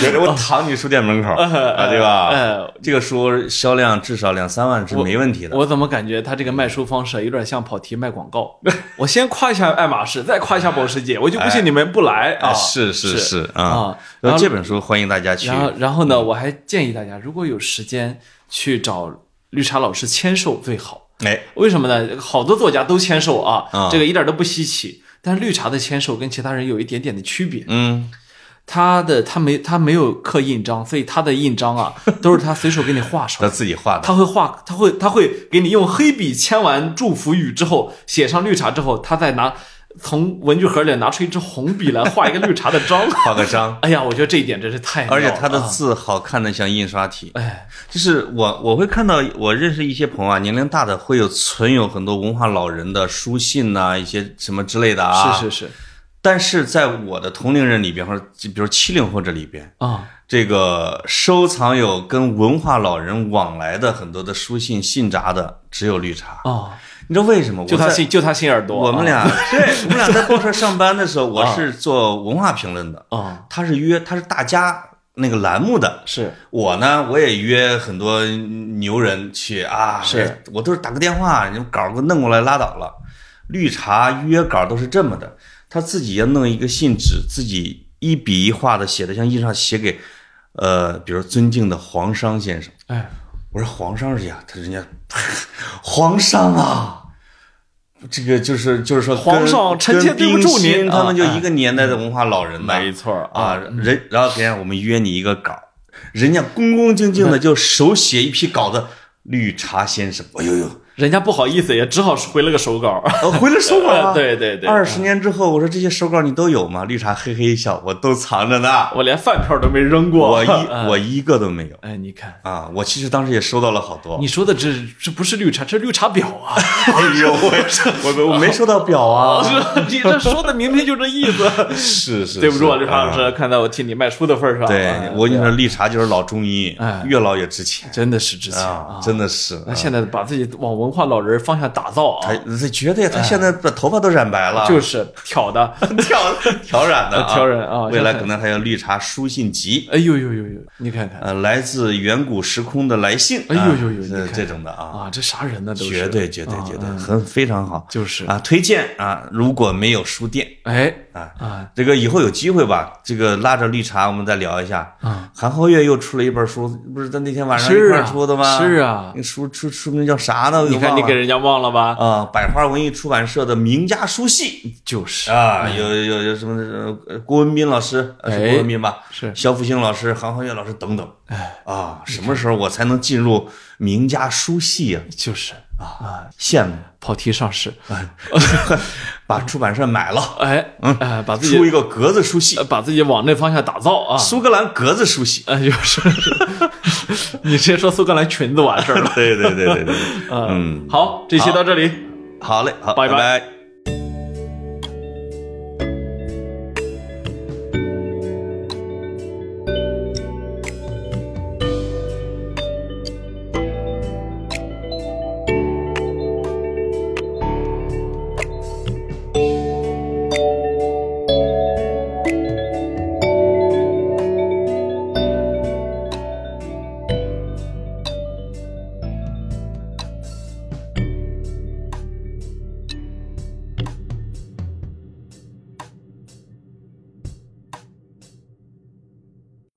觉得我躺你书店门口呃啊，对吧哎？这个书销量至少两三万是没问题的。我怎么感觉他这个卖书方式有点像跑题卖广告？ <laughs> 我先夸一下爱马仕，再夸一下保时捷，我就不信你们不来啊！啊，是是嗯是是啊啊。然后这本书欢迎大家去然后，然后呢，我还建议大家，如果有时间去找绿茶老师签售最好。哎，为什么呢？好多作家都签售啊，啊这个一点都不稀奇。但是绿茶的签售跟其他人有一点点的区别，嗯，他的他没他没有刻印章，所以他的印章 <laughs> 啊都是他随手给你画出来的他自己画的，他会画，他会他会给你用黑笔签完祝福语之后，写上绿茶之后，他再拿从文具盒里拿出一支红笔来画一个绿茶的章。 <laughs> 画个章，哎呀，我觉得这一点真是太妙而了且他的啊字好看的像印刷体。哎就是我我会看到，我认识一些朋友啊，年龄大的会有存有很多文化老人的书信呐、一些什么之类的啊。是是。是但是在我的同龄人里边，或者就比如七零后这里边，啊这个收藏有跟文化老人往来的很多的书信信札的，只有绿茶。啊，你知道为什么？就他我在心就他心眼多啊。我们俩对，我们俩在报社上班的时 <laughs> 候，我是做文化评论的，啊他是约他是大家那个栏目的，是我呢我也约很多牛人去啊，是我都是打个电话，你们稿给我弄过来拉倒了。绿茶约稿都是这么的，他自己要弄一个信纸，自己一笔一画的写的像印刷写给，呃，比如尊敬的黄商先生。哎我说皇上是呀，他人家皇上啊，这个就是就是说跟，皇上臣妾跟对不住冰心您他们就啊一个年代的文化老人嘛，没错儿啊，啊，人然后给人家我们约你一个稿儿，人家恭恭敬敬的就手写一批稿子，《绿茶先生》，哎呦呦，人家不好意思，也只好回了个手稿。呃回来手稿 <laughs> 啊，对对嗯对，二十年之后，我说这些手稿你都有吗？绿茶嘿嘿一笑，我都藏着呢， <laughs> 我连饭票都没扔过。 <laughs> 我一啊我一个都没有哎，你看，啊！我其实当时也收到了好多你，说的这这不是绿茶，这是绿茶婊 <laughs> 啊！哎呦，我我我没 <laughs> 收到表啊，这你这说的明明就这意思。 <laughs> 是是，对不住啊，是绿茶老。啊师，看在我替你卖书的份儿上啊，对，我跟你说，绿茶就是老中医哎，越老越值钱真的是之前啊啊，，真的是。哎那现在把自己往文化老人方向打造啊他，他觉得呀，他现在把头发都染白了，就是挑的。 <laughs> <laughs> 挑挑染的啊挑染啊未来像可能还有绿茶书信集，哎呦呦呦呦，你看看呃，来自远古时空的来信，哎呦啊呦呦这你看这种的啊，啊，这啥人呢？都是绝对绝对啊绝对嗯很非常好就是啊，推荐啊，如果没有书店哎啊。啊这个以后有机会吧，这个拉着绿茶我们再聊一下。啊，韩浩月又出了一本书，不是在那天晚上一是块儿啊出的吗？是啊那书书书名叫啥呢？我给你看忘你了给人家忘了吧？啊，百花文艺出版社的名家书系，就是啊，有有有什么呃郭文斌老师，呃是嗯哎郭文斌吧？是哎肖复兴老师、韩浩月老师等等。啊，什么时候我才能进入名家书系啊？就是啊，羡慕， <laughs> 跑题上市，啊把出版社买了，哎哎，把自己出一个格嗯子书系呃，把自己往那方向打造啊。苏格兰格子书系。 <laughs> 哎，就是 <laughs> 你直接说苏格兰 <laughs> 裙子完事儿了。 <laughs> 对对对对对，嗯，好，这期到这里。好嘞，好，啊拜拜拜